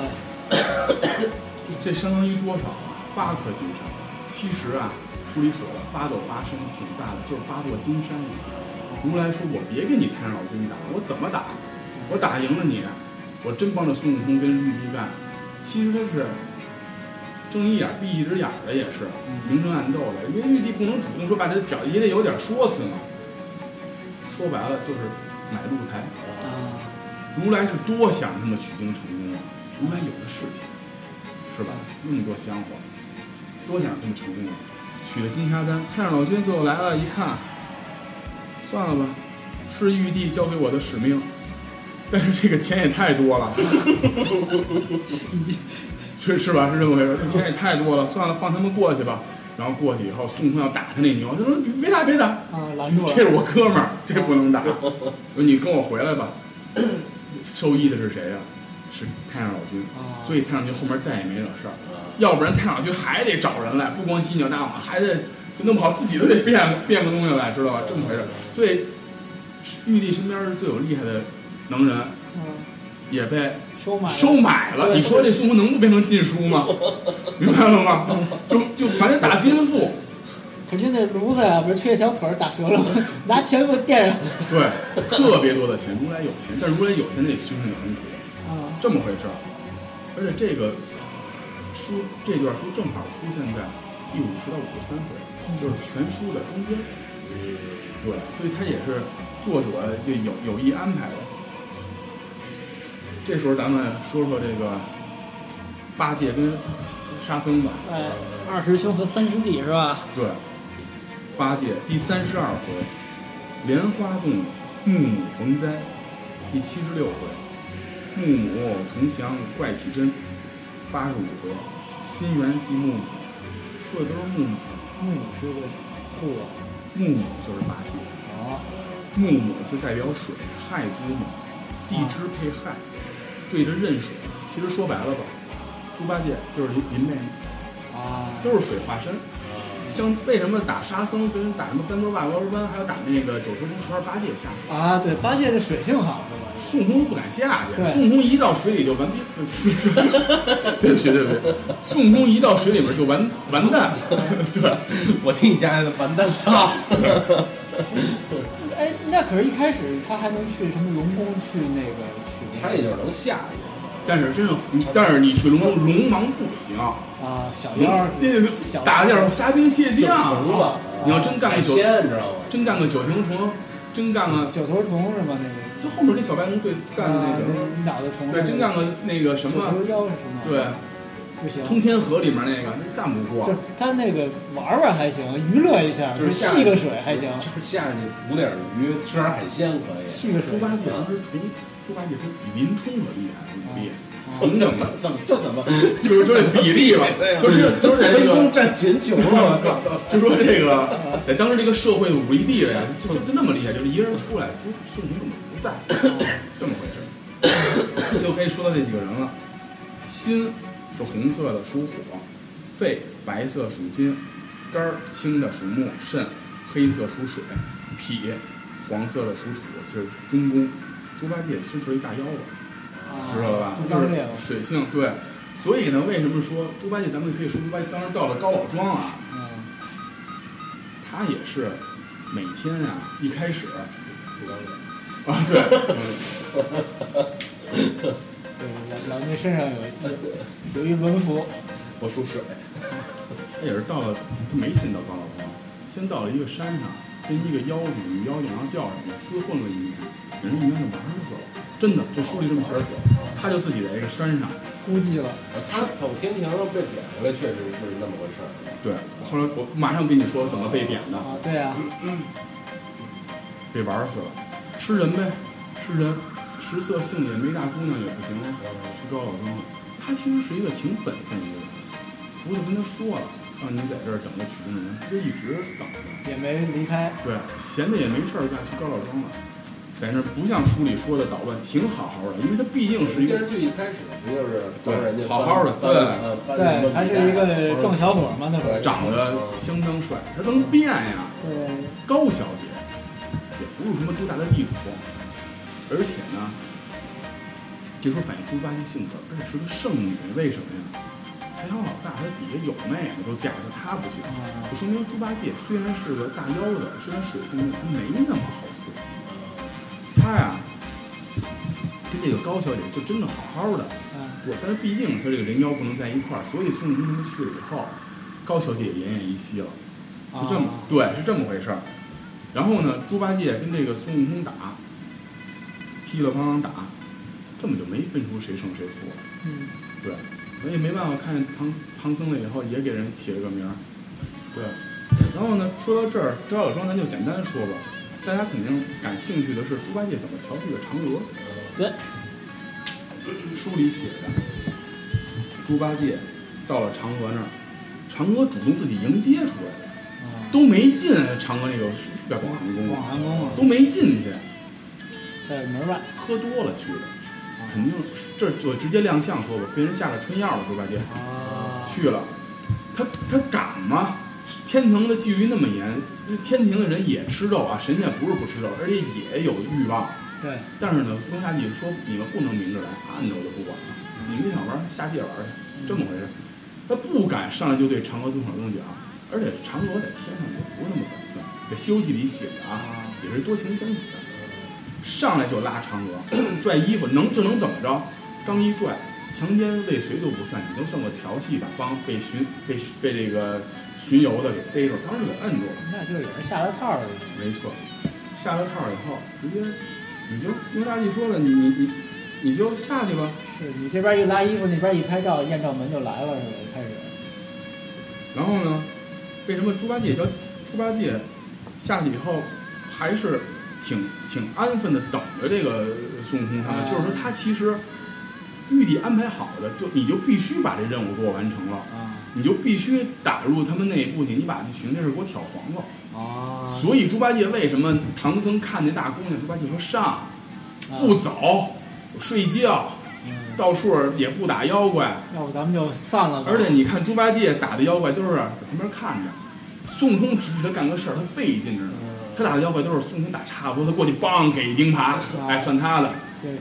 S2: 这相当于多少啊？八颗金山。其实啊，书里说了，八斗八升挺大的，就是八座金山一样。如来说：“我别跟你太上老君打，我怎么打？我打赢了你，我真帮着孙悟空跟玉帝干。其实他是睁一眼闭一只眼儿的，也是明争暗斗的。因为玉帝不能主动说把这脚，也得有点说辞嘛。说白了就是买路财。
S1: 啊，
S2: 如来是多想他们取经成功啊！如来有的是钱，是吧？那么多香火，多想他们成功啊！取了金沙丹，太上老君最后来了，一看，算了吧，是玉帝交给我的使命，但是这个钱也太多了， [laughs] 是是吧？是这么回事？这钱也太多了，算了，放他们过去吧。然后过去以后，孙悟空要打他那牛，他说：“别打，别打，
S1: 啊，拦住
S2: [laughs] 这
S1: 了，
S2: 是我哥们儿，这不能打。你跟我回来吧。受益的是谁呀、啊是太上老君。
S1: 啊
S2: 所以太上老君后面再也没惹事儿，要不然太上老君还得找人来，不光犄角大王，还得就弄不好自己都得变个变个东西来，知道吧？这么回事儿。所以玉帝身边是最有厉害的能人，
S1: 嗯，
S2: 也被
S1: 收买了
S2: 收买了。
S1: 对
S2: 你说这孙悟空能不变成禁书吗？明白了吗？就就把他打颠覆。
S1: 肯定那炉子呀，不是缺一条腿儿打折了 [laughs] 吗？拿钱给我垫上。
S2: 对，特别多的钱，如来有钱，但如来有钱那也修行得很苦，
S1: 啊，
S2: 这么回事儿。而且这个书这段书正好出现在第五十到五十三回，就是全书的中间。对，所以他也是作者就有有意安排的。这时候咱们说说这个八戒跟沙僧吧。
S1: 哎，二师兄和三师弟是吧？
S2: 对，八戒第三十二回，莲花洞木母逢灾，第七十六回，木母同降怪体真，八十五回，心猿即木母，说的都是木母，
S1: 木母是个兔子，
S2: 木母就是八戒，
S1: 哦，
S2: 木母就代表水，亥猪嘛，地支配亥，对着壬水。其实说白了吧，猪八戒就是林林妹妹，
S1: 啊，
S2: 都是水化身。像为什么打沙僧跟打什么班多霸、王湾，还有打那个九头龙圈八戒下水，
S1: 啊，对，八戒的水性好是吧？
S2: 孙悟空都不敢下去。
S1: 对
S2: 孙悟空一到水里就完 [laughs] 逼，对不起对不起，孙悟空一到水里面就完完蛋。 [laughs] 对，
S4: 我听你家的完蛋操，
S1: 哎，那可是一开始他还能去什么龙宫去那个去那个
S3: 他也就是能下去，
S2: 但是真是你，但是你去龙宫龙王不行，
S1: 啊小
S2: 龙
S1: 妖儿
S2: 那个
S1: 小
S2: 打点虾兵蟹
S4: 就
S2: 将
S4: 成，了。
S2: 你要真啊干
S4: 海
S2: 个九，
S4: 鲜，你知道吗？
S2: 真干个九形虫，真干个
S1: 九头虫是吧？那个
S2: 就后面那小白龙队干的那
S1: 啊
S2: 什么，
S1: 那脑袋虫
S2: 对，
S1: 那
S2: 真
S1: 个
S2: 干个那个什
S1: 九
S2: 么啊
S1: 头，妖是吗？
S2: 对，，
S1: 不行，
S2: 通天河里面那个那干不过
S1: 就。是他那个玩玩还行，娱乐一下，
S3: 就是下
S1: 戏个水还行，
S3: 就是下去捕点鱼，吃点海鲜可以。
S1: 戏个
S2: 猪
S1: 水。啊
S2: 八戒当时同猪八戒跟比林冲可厉害，了，比例
S1: 哦
S2: 同
S3: 怎
S2: 等
S3: 么
S2: 的，
S3: 怎么这怎么
S2: 就是说这比例吧，就是就是在这
S3: 人
S2: 个
S3: 工。占全球
S2: 我
S3: 了？
S2: 操！ [laughs] 就说这个，在当时这个社会的武力地位啊，就就就那么厉害，就是一个人出来，猪孙悟空根本不在，
S1: 啊
S2: 这么回事儿。就可以说到这几个人了，心是红色的，属火；肺白色属金；肝儿青的属木；肾黑色属水；脾黄色的属土，就是中宫。猪八戒其实就是一大妖怪。
S1: 啊
S2: [laughs] 知道了吧？
S1: 猪
S2: 就
S1: 八
S2: 是
S1: 戒了
S2: 水性对，所以呢，为什么说猪八戒？咱们可以说猪八戒当时到了高老庄啊，
S1: 嗯，
S2: 他也是每天啊一开始
S3: 主张者
S2: 啊，对，
S1: 对，老老聂身上
S2: [laughs]
S1: 有一有一文符，
S3: [laughs] 我属水，
S2: 他也是到了他没先到高老庄，先到了一个山上，跟一个妖精女妖精然后叫什么厮混了一年，给人一年就玩死了，真的，这书里这么写死了，他就自己在一个山上，
S1: 估计了
S3: 啊他走天庭上被贬下来，确实是那么回事儿。
S2: 对，后来我马上跟你说怎么被贬的，
S1: 啊，对啊，
S2: 嗯被玩死了，吃人呗，吃人，食色性也，没大姑娘也不行，去高老庄了。他其实是一个挺本分的一个人，菩萨跟他说了，让你在这儿等着取经人，他就一直等着。
S1: 也没离
S2: [laughs]
S1: 开，
S2: 对，闲的也没事儿干，去高老庄了，在那儿不像书里说的捣乱，挺好好的，因为他毕竟是一
S3: 电
S2: 个
S3: 视剧一开始不就是帮人家
S2: 对好好的
S3: 搬
S2: 对
S3: 呃搬什么
S1: 对，
S3: 笔
S1: 还是一
S3: 袋
S1: 个壮小伙嘛，那会儿，
S2: 长得相当帅，他能变呀。
S1: 对，
S2: 高小姐也不是什么多大的地主，而且呢，这时候反映出八戒性格，而且是个剩女，为什么呀？太阳老大他底下有妹妹都嫁给他不行，就说明猪八戒虽然是个大妖精，虽然水性的，他没那么好色。他呀，跟这个高小姐就真的好好的
S1: 嗯，
S2: 过，但是毕竟他这个人妖不能在一块儿，所以孙悟空他们去了以后，高小姐也奄奄一息了。
S1: 啊
S2: 是这么、对，是这么回事儿。然后呢，猪八戒跟这个孙悟空打，噼里啪啦打，根本就没分出谁胜谁负。
S1: 嗯，
S2: 对，我也没办法，看见唐唐僧了以后也给人起了个名儿。对，然后呢，说到这儿，高老庄咱就简单说吧。大家肯定感兴趣的是猪八戒怎么调戏的嫦娥。
S1: 对，
S2: 书里写的，猪八戒到了嫦娥那儿，嫦娥主动自己迎接出来的。
S1: 啊，
S2: 都没进嫦娥那个月光皇宫，
S1: 广寒宫啊，
S2: 都没进去，
S1: 在门外，
S2: 喝多了去的，肯定这就直接亮相说吧，被人下了春药了，猪八戒
S1: 啊，
S2: 去了，他他敢吗？天庭的纪律那么严，天庭的人也吃肉啊，神仙不是不吃肉，而且也有欲望，
S1: 对，
S2: 但是呢，中下帝说你们不能明着来，暗着我就不管了，你们想玩下界玩去，这么回事。他不敢上来就对嫦娥动手动脚，而且嫦娥在天上也不是那么本分，在《西游记》里写的啊，也是多情相子，上来就拉嫦娥， [clears throat] 拽衣服能就能怎么着？刚一拽，强奸未遂都不算，你能算个调戏吧？帮被巡被被这个巡游的给逮着，当时给摁住了。
S1: 那就是有人下了套了，
S2: 没错，下了套以后，直接你就因为大帝说了，你你你你就下去吧。
S1: 是你这边一拉衣服，那边一拍照，艳照门就来了，是吧？开始，
S2: 然后呢，为什么猪八戒叫猪八戒下去以后还是挺挺安分的等着这个孙悟空他们？
S1: 啊
S2: 就是说他其实预计安排好的，就你就必须把这任务给我完成了，
S1: 啊
S2: 你就必须打入他们内部去，你把这群这事给我挑黄了。
S1: 啊，
S2: 所以猪八戒为什么唐僧看见大姑娘，猪八戒说上
S1: 啊
S2: 不走，我睡觉，
S1: 嗯
S2: 到处也不打妖怪。
S1: 要不咱们就散了吧。
S2: 而且你看猪八戒打的妖怪都是在旁边看着，孙悟空指使他干个事儿，他费劲着呢。他打的妖怪都是孙悟空打差不多，他过去梆给一钉耙，哎，算他的。
S1: 对，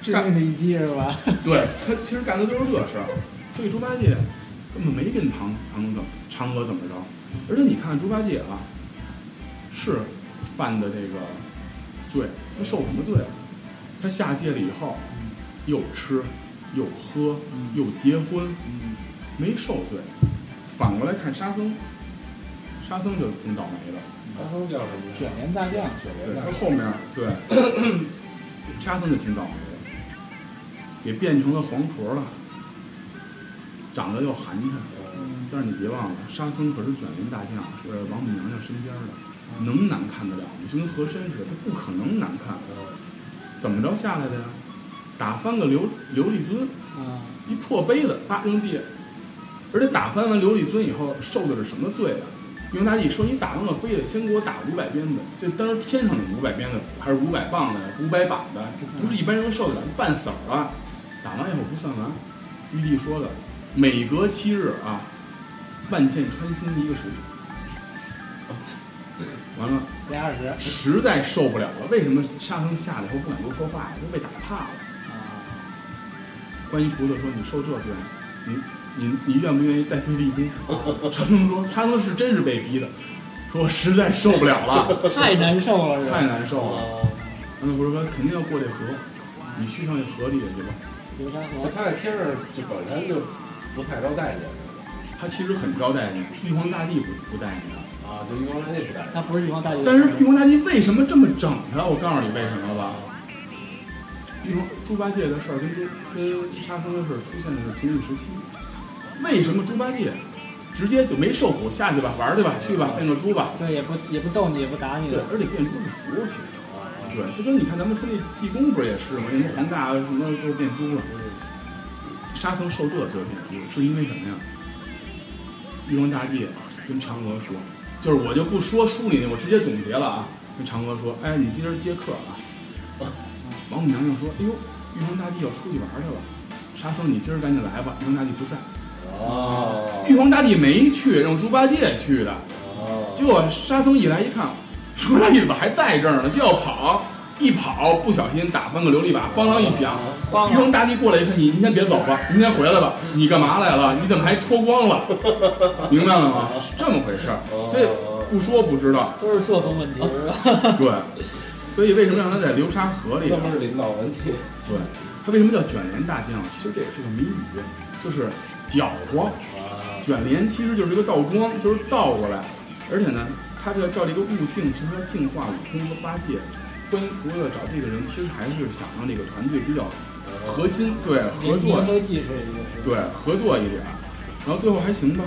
S1: 致命的一击是吧？ [laughs]
S2: 对他其实干的都是这事儿，所以猪八戒根本没跟唐唐僧怎么嫦娥怎么着。而且你看猪八戒啊，是犯的这个罪，他受什么罪啊？他下界了以后，又吃又喝
S1: 嗯
S2: 又结婚，
S1: 嗯，
S2: 没受罪。反过来看沙僧，沙僧就挺倒霉的。
S3: 沙僧叫什么？啊
S1: 卷帘大将，
S3: 卷
S2: 对
S3: 帘
S2: 他
S3: 大
S2: 后面对沙僧就挺倒霉的，给变成了黄婆了，长得又寒碜。
S1: 嗯
S2: 但是你别忘了，沙僧可是卷帘大将，是王母娘娘身边的，能难看得了吗？就跟和珅似的，他不可能难看。怎么着下来的呀？打翻个琉琉璃尊，
S1: 啊，
S2: 一破杯子，啪扔地。而且打翻完琉璃尊以后，受的是什么罪啊？用大帝说你打翻个杯子，先给我打五百鞭子。这当时天上那五百鞭子还是五百磅的、五百板的，这不是一般人能受得了，半死儿了。打完以后不算完，玉帝说的，每隔七日啊，万箭穿心一个手指。完了，
S1: 俩小时
S2: 实在受不了了。为什么沙僧下来以后不敢多说话呀？都被打怕了。
S1: 啊，
S2: 观音菩萨说：“你受这罪，你你你愿不愿意代替立功？”沙僧说：“沙僧是真是被逼的，说我实在受不了了，
S1: 太难受了是吧？
S2: 太难受了。”那菩萨说：“肯定要过这河，你去上这河里去吧。
S1: 流沙
S3: 就
S1: 河，
S3: 他在天上就本身就不太招待见
S2: 他其实很招待你，玉皇大帝不不待你的。
S3: 啊，就玉皇大帝不待见。
S1: 他不是玉皇大帝，
S2: 但是玉皇大帝为什么这么整他？我告诉你为什么吧。玉皇猪八戒的事儿跟猪跟沙僧的事儿出现的是同一时期。为什么猪八戒直接就没受苦下去吧，玩儿去吧，去吧，变个猪吧？
S1: 对也不也不揍你，也不打你
S2: 对
S1: 的，，
S2: 而且变猪是服务器。对，就跟你看咱们说那济公不是也是吗？什么黄大什么都变猪了，沙僧受这罪变猪，是因为什么呀？玉皇大帝跟嫦娥说，就是我就不说书里那，我直接总结了啊。跟嫦娥说，哎，你今儿接客啊。王母娘娘说，哎呦，玉皇大帝要出去玩去了，沙僧你今儿赶紧来吧，玉皇大帝不在。
S3: 哦
S2: 玉皇大帝没去，让猪八戒去的。
S3: 哦
S2: 结果沙僧一来一看，说他怎么还在这儿呢？就要跑，一跑不小心打翻个琉璃瓦，梆啷一响。
S1: 慌
S2: 玉
S1: 了
S2: 皇大帝过来一看，你你先别走吧，你先回来吧。你干嘛来了？你怎么还脱光了？明白了吗？是这么回事儿。所以不说不知道，
S1: 都是作风
S2: 啊
S1: 问题是吧？
S2: 对。所以为什么让他在流沙河里啊？
S3: 那不是领导问题，
S2: 对，他为什么叫卷帘大将？其实这也是个谜语，就是搅和。
S3: 啊
S2: 卷帘其实就是一个倒装，就是倒过来。而且呢，他这个叫这个悟净，其实要净化悟空和八戒。观音菩萨找这个人，其实还是想让这个团队比较
S3: 哦
S2: 核心，对 [laughs] 合作
S1: 联，合技是一个是吧，
S2: 对合作一点儿。然后最后还行吧，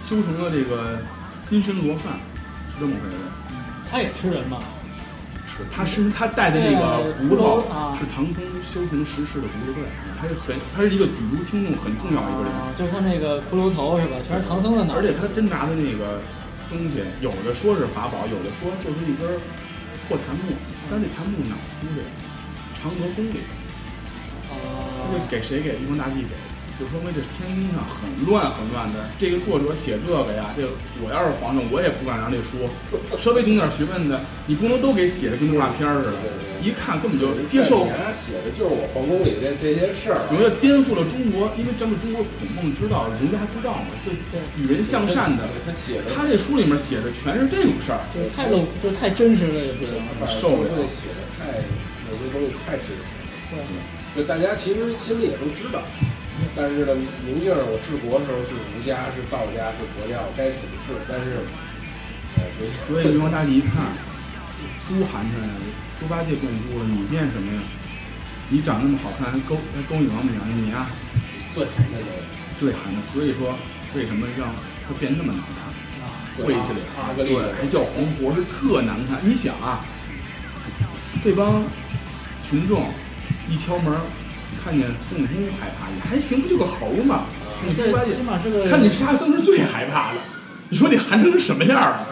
S2: 修成了这个金身罗汉，是这么回事儿。
S1: 他也吃人嘛，
S2: 是，他身他带的那个骨头
S1: 对啊
S2: 是唐僧修成石室的骨头队，他是很他是一个举足轻重很重要一个人，
S1: 啊，就是他那个骷髅头是吧？全是唐僧的脑
S2: 而，且他真拿的那个东西，有的说是法宝，有的说就是一根儿破檀木，但是那檀木哪儿出的呀？嫦娥宫里，
S1: 啊
S2: 这给谁给？玉皇大帝给，就说明这天宫上很乱很乱的。这个作者写这个呀，这个我要是皇上，我也不敢让这书稍微懂点学问的，你不能都给写的跟动画片儿似的，一看根本就接受
S3: 你丫写的就是我皇宫里这这些事儿。啊
S2: 有点颠覆了中国，因为咱们中国孔孟之道，儒家之道嘛，这与人向善的。
S3: 他写的
S2: 他这书里面写的全是这种事儿，
S1: 就是太露，就是太真实了也不行。
S2: 受不了
S3: 这写的太有些东西太真实，
S1: 对，
S3: 就大家其实心里也都知道，但是呢，明镜儿我治国的时候是儒家、是道家、是佛教，该怎么治，但是，哎，就是
S2: 所以玉皇大帝一看，猪寒碜呀，猪八戒变猪了，你变什么呀？你长那么好看，还勾还勾引王母娘娘，你啊
S3: 最寒碜的
S2: 最寒的。所以说，为什么让她变那么难看？
S3: 最
S2: 背起脸，
S1: 啊
S3: 阿格丽
S2: 对，还叫黄渤是特难看。你想啊，这帮群众一敲门，看见孙悟空害怕，也还行，不就个猴儿嘛。你猪
S1: 对
S2: 八，戒
S1: 起码是个
S2: 看见沙僧是最害怕的，你说你寒成什么样儿啊？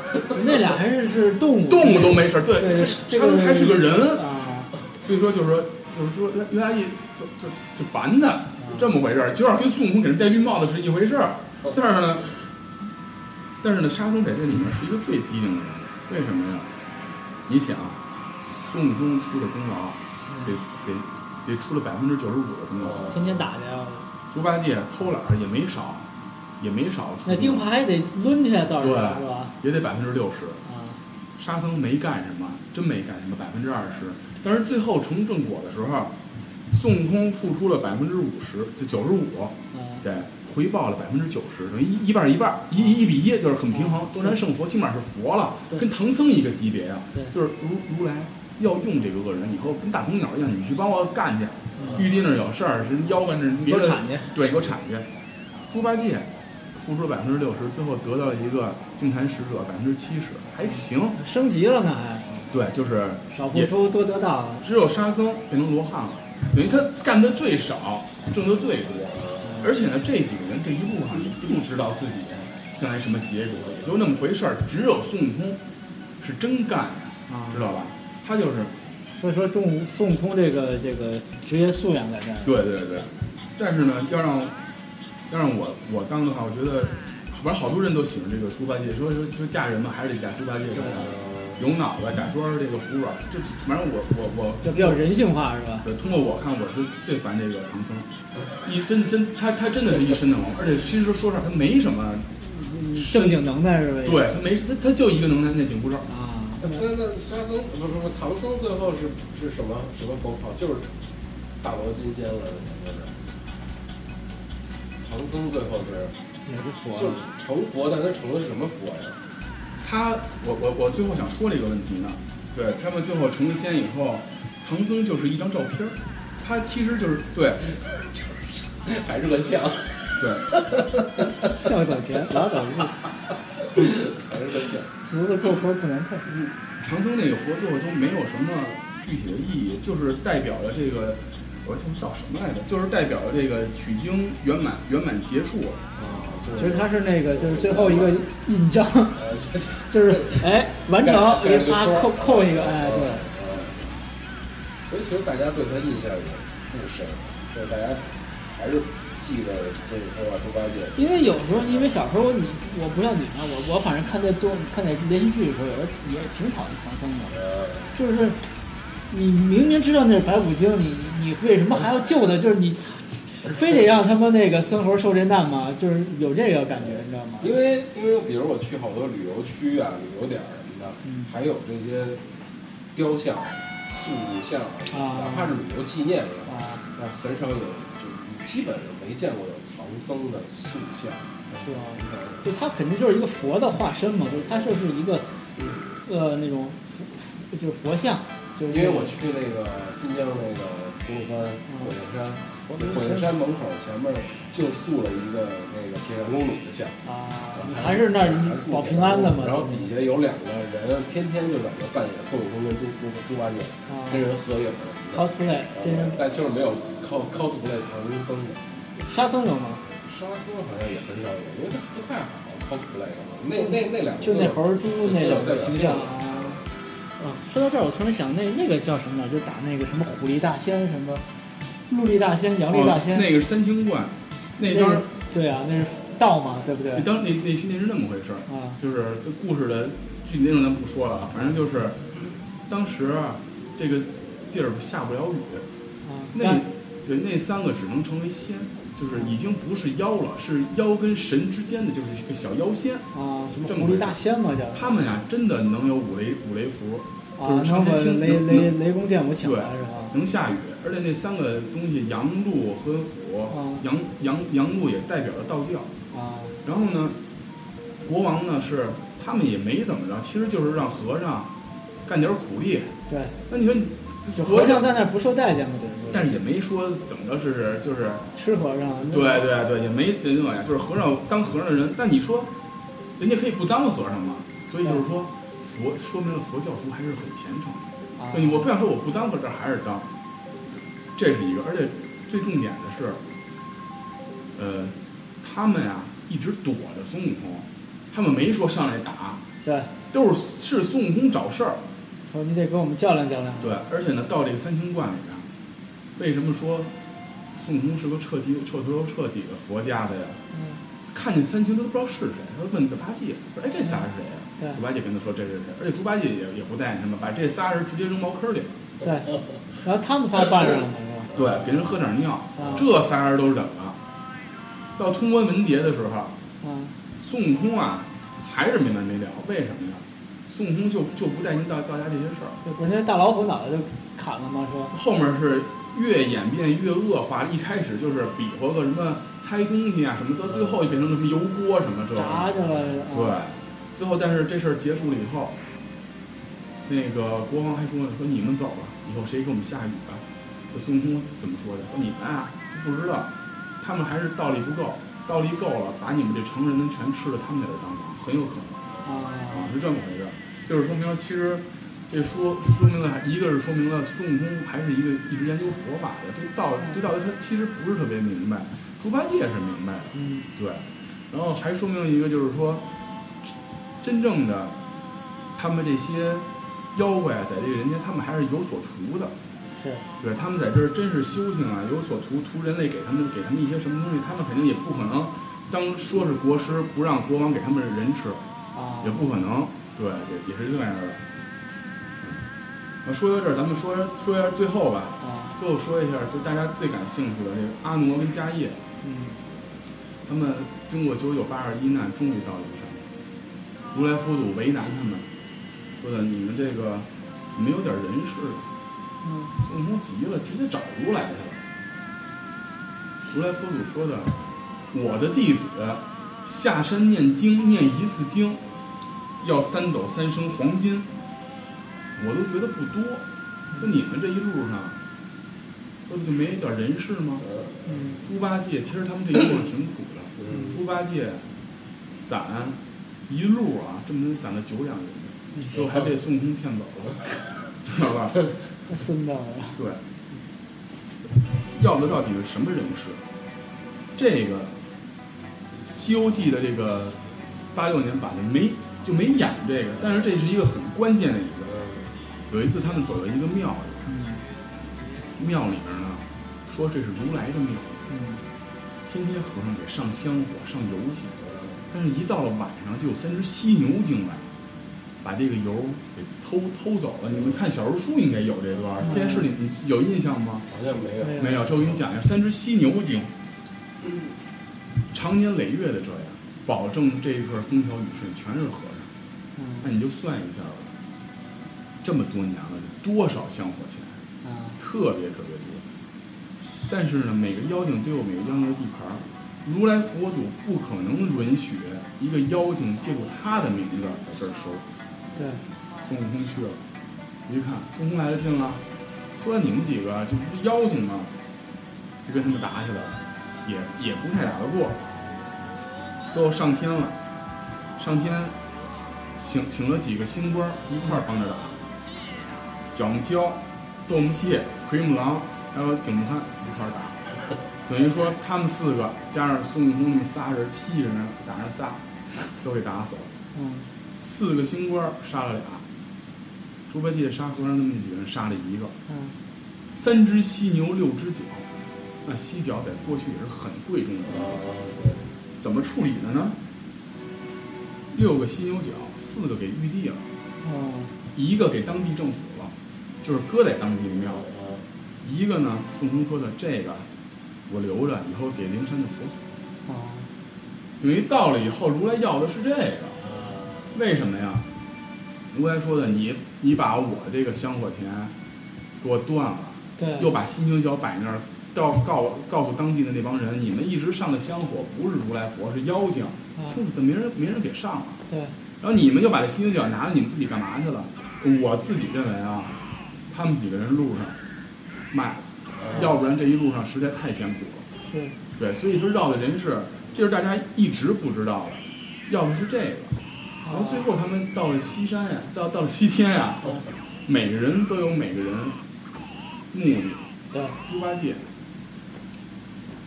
S1: 那俩还是是动物，
S2: 动物都没事儿，对，
S1: 对，这
S2: 他还是个人，
S1: 啊，
S2: 所以说就是说，就是说袁袁来义就就就烦
S1: 啊
S2: 他，就这么回事儿，就有点跟孙悟空给人戴绿帽子是一回事儿。但是呢，但是呢，沙僧在这里面是一个最机灵的人，为什么呀？你想，孙悟空出的功劳，
S1: 嗯
S2: 得得得出了百分之九十五的功劳，
S1: 天天打去啊。
S2: 猪八戒偷懒儿也没少，也没少出功
S1: 那
S2: 劳，
S1: 钉耙还得抡去，到时候
S2: 对
S1: 是吧？
S2: 也得百分之六十。
S1: 啊，
S2: 沙僧没干什么，真没干什么，百分之二十。但是最后成正果的时候，孙悟空付出了百分之五十，就九十五，
S1: 嗯，
S2: 对，回报了百分之九十，等于一一半儿一半儿，一一一比一，就是很平
S4: 哦
S2: 衡。东山圣佛起码是佛了，
S1: 对
S2: 跟唐僧一个级别啊
S1: 对，
S2: 就是如如来要用这个恶人，以后跟大鹏鸟一样，你去帮我干去。玉帝那儿有事儿，是腰跟着别
S4: 哦给我
S2: 的
S4: 铲去，
S2: 对，给我铲去。猪八戒付出了百分之六十，最后得到了一个净坛使者百分之七十，还行。
S1: 升级了呢还，
S2: 对，就是
S1: 少付
S2: 也
S1: 出多得到啊。
S2: 只有沙僧变成罗汉了，等于他干的最少，挣的最多，而且呢，这几个人这一路上也不知道自己将来什么结果，也就那么回事儿。只有孙悟空是真干呀、
S1: 啊
S2: 知道吧？他就是
S1: 所以说，孙悟孙悟空这个这个职业素养在这儿。
S2: 对对对，但是呢，要让要让我我当的话，我觉得反正好多人都喜欢这个猪八戒，说说说嫁人嘛，还是得嫁猪八戒，有脑子，假装这个服软，就就反正我我我
S1: 就比较人性化是吧？
S2: 对，呃通过我看，我是最烦这个唐僧，一真真他他真的是一身的毛病，而且其实说实话，他没什么
S1: 正经能耐是吧？
S2: 对他没他他就一个能耐那紧箍咒，
S1: 啊，
S3: 那那沙僧不是不是唐僧最后是是什么什么封号？就是大罗金仙了，就是唐僧最后是
S1: 也是佛
S3: 就
S1: 了。
S3: 成佛，但他成的是什么佛呀？
S2: 他我我我最后想说这个问题呢，对他们最后成为仙以后，唐僧就是一张照片儿，他其实就是对
S3: 还是个像，
S2: 对
S1: 笑早甜，老早 [laughs] 入，
S3: 还是个像。
S1: 竹子过河不难看。
S2: 唐僧那个佛最后都没有什么具体的意义，就是代表了这个我他叫什么来着，就是代表了这个取经圆满圆满结束。
S1: 其实他是那个，就是最后一个印章，就是 [laughs] 哎完成
S3: 干，
S1: 给
S3: 干这个
S1: 他
S3: 事儿
S1: 扣扣一个，哎
S3: 嗯
S1: 对，
S3: 所以其实大家对他印象也不深，就是大家还是记得孙悟空啊、猪八戒。
S1: 因为有时候因为小时候你我不像你啊，我我反正看那动看那连续剧的时候，有时候也挺讨厌唐僧的，
S3: 呃，
S1: 就是你明明知道那是白骨精，你你你为什么还要救他？就是你非得让他们那个孙猴受这难吗？就是有这个感觉，你知道吗？
S3: 因为因为比如我去好多旅游区啊、旅游点儿什么的，
S1: 嗯
S3: 还有这些雕像、塑像，
S1: 啊
S3: 哪怕是旅游纪念也好，
S1: 啊，
S3: 那很少有，就基本上没见过有唐僧的塑像。
S1: 是吧？就他肯定就是一个佛的化身嘛，就是他就是一个呃那种佛佛就是佛像，就是
S3: 因为我去那个新疆那个吐鲁番火焰山，
S1: 嗯
S3: 火焰山门口前面就塑了一个那个铁扇公主的像，
S1: 啊，你还是那
S3: 还
S1: 儿
S3: 塑
S1: 保平安的嘛，
S3: 然后底下有两个人天天就在那扮演孙悟空跟猪猪猪八戒，
S1: 啊
S3: 跟人合影，
S1: cosplay 真人
S3: 但就是没有 cos cosplay 唐僧的，
S1: 沙僧有吗？
S3: 沙僧好像也很少有，因为他不太好 cosplay 的嘛。那那那两个
S1: 就那猴儿猪那
S3: 就
S1: 种
S3: 代表
S1: 形
S3: 性
S1: 象啊。啊，说到这儿，我突然想那那个叫什么来着？就打那个什么虎力大仙什么，陆力大仙、杨力大仙，
S2: 哦那个是三清观，那张
S1: 个对啊，那是道嘛，对不对
S2: 那？当那那些年是那么回事儿，
S1: 啊，
S2: 就是这故事的具体内容咱不说了啊，反正就是当时啊这个地儿下不了雨，
S1: 啊，
S2: 那对那三个只能成为仙，就是已经不是妖了，是妖跟神之间的就是一个小妖仙。
S1: 啊什么
S2: 这么
S1: 狐
S2: 回
S1: 狸
S2: 事
S1: 大仙嘛叫。
S2: 他们俩真的能有五雷五雷符，
S1: 啊
S2: 就，是
S1: 能
S2: 上
S1: 把
S2: 天听
S1: 雷
S2: 能
S1: 雷
S2: 能
S1: 雷公电母请
S2: 对
S1: 来是吧？
S2: 能下雨，而且那三个东西羊鹿和虎
S1: 哦，
S2: 羊羊羊鹿也代表了道教。
S1: 啊，
S2: 然后呢，国王呢是他们也没怎么着，其实就是让和尚干点苦力。
S1: 对，
S2: 那你说就
S1: 和
S2: 和
S1: 尚
S2: 尚，
S1: 在那儿不受待见嘛，等于说
S2: 但是也没说怎么着是就是，
S1: 吃和尚。啊
S2: 对，对对，也没那种呀，就是和尚当和尚的人，那你说，人家可以不当和尚嘛，所以就是说佛说明了佛教徒还是很虔诚的。
S1: 啊
S2: 对，我不想说我不当和尚还是当，这是一个，而且最重点的是，呃，他们啊一直躲着孙悟空，他们没说上来打，
S1: 对，
S2: 都是是孙悟空找事儿。
S1: 说你得给我们较量较量。
S2: 对，而且呢，到这个三清观里边，为什么说孙悟空是个彻底、彻头彻底的佛家的呀？
S1: 嗯，
S2: 看见三清他都不知道是谁，他就问猪八戒说：“哎，这仨是谁呀、
S1: 对
S2: 猪八戒跟他说：“这是谁？”而且猪八戒也也不带他们，把这仨人直接扔茅坑里了。
S1: 对。然后他们仨办上了嘛，是吧？
S2: 对，给人喝点尿，
S1: 嗯
S2: 这仨人都忍了。到通关文牒的时候，
S1: 嗯，
S2: 孙悟空啊还是没完没了，为什么呀？孙悟空就就不带您到到家这些事儿，
S1: 就不是那大老虎脑袋就砍了嘛，说
S2: 后面是越演变越恶化，一开始就是比划个什么猜东西啊什么的，到最后就变成什么油锅什么这个。
S1: 炸去了。啊
S2: 对，最后但是这事儿结束了以后，那个国王还说呢，说你们走吧，以后谁给我们下雨啊？这孙悟空怎么说的？说你们啊不知道，他们还是道力不够，道力够了，把你们这成人的全吃了，他们在这当王，很有可能。啊，
S1: 啊，
S2: 是这么回事儿，就是说明其实这说说明了，一个是说明了孙悟空还是一个一直研究佛法的，对道对道理他其实不是特别明白，猪八戒是明白的，
S1: 嗯，
S2: 对，然后还说明了一个就是说，真正的他们这些妖怪啊在这个人间，他们还是有所图的，
S1: 是
S2: 对他们在这儿真是修行啊，有所图，图人类给他们给他们一些什么东西，他们肯定也不可能当说是国师不让国王给他们人吃。
S1: 啊
S2: 也，不可能，对，也也是这样的。啊，说到这儿，咱们说说一下最后吧，
S1: 啊，
S2: 最后说一下，就大家最感兴趣的这个阿傩跟迦叶，
S1: 嗯，
S2: 他们经过九九八十一难，终于到了庐山。如来佛祖为难他们，说的你们这个怎么有点人事了？
S1: 嗯，
S2: 孙悟空急了，直接找如来去了。如来佛祖说的：“我的弟子下山念经，念一次经，要三斗三升黄金。我都觉得不多，说你们这一路上，说就没点人事吗？
S1: 嗯，
S2: 猪八戒其实他们这一路上挺苦的，
S3: 嗯
S2: 猪八戒攒一路啊，这么能攒了九两银子，最后还被孙悟空骗走了，知道吧？”
S1: 那孙子了，
S2: 对，要的到底是什么人士？这个《西游记》的这个八六年版的没就没演这个，但是这是一个很关键的一个。有一次他们走到一个庙
S1: 嗯
S2: 里，庙里边呢说这是如来的庙，
S1: 嗯，
S2: 天天和尚给上香火上油去，但是一到了晚上就有三只犀牛进来。把这个油给偷偷走了，你们看小人书应该有这段儿，这件事你你有印象吗？
S3: 好像没有。
S1: 没
S2: 没有，这我给你讲一下，三只犀牛精，常年累月的这样，保证这一段风调雨顺全是和尚。
S1: 嗯
S2: 那你就算一下吧，这么多年了，得多少香火钱，
S1: 啊，
S2: 特别特别多。但是呢，每个妖精都有每个妖精的地盘儿，如来佛祖不可能允许一个妖精借助他的名字在这儿收。
S1: 对，
S2: 孙悟空去了，一看孙悟空来了进了，说你们几个就不是妖精吗？就跟他们打起来了，也也不太打得过。最后上天了，上天请请了几个星官一块儿帮着打，角木蛟、斗木蟹、奎木狼还有井木潘一块儿打，等于说他们四个加上孙悟空他们仨人，七个人打上仨，都给打死了。
S1: 嗯
S2: 四个星官杀了俩，猪八戒杀和尚那么几个人杀了一个，
S1: 嗯
S2: 三只犀牛六只角，那犀角在过去也是很贵重的，
S3: 啊
S2: 怎么处理的呢？六个犀牛角，四个给玉帝了，
S1: 嗯
S2: 一个给当地政府了，就是搁在当地的庙里。
S3: 啊
S2: 一个呢，孙悟空说的这个我留着，以后给灵山的佛祖。
S1: 啊，
S2: 等于到了以后，如来要的是这个。为什么呀？如来说的，你你把我这个香火钱给我断了，
S1: 对，
S2: 又把犀牛角摆那儿，告告告诉当地的那帮人，你们一直上的香火不是如来佛，是妖精，
S1: 啊
S2: 从此就没人没人给上了。
S1: 对，
S2: 然后你们又把这犀牛角拿了，你们自己干嘛去了？我自己认为啊，他他们几个人路上卖了，要不然这一路上实在太艰苦了。
S1: 是
S2: 对，所以说绕的人是，这是大家一直不知道的，要的是这个。
S1: 啊
S2: 然后最后他们到了西山呀，到到了西天呀，每个人都有每个人目的。
S1: 对，啊
S2: 猪八戒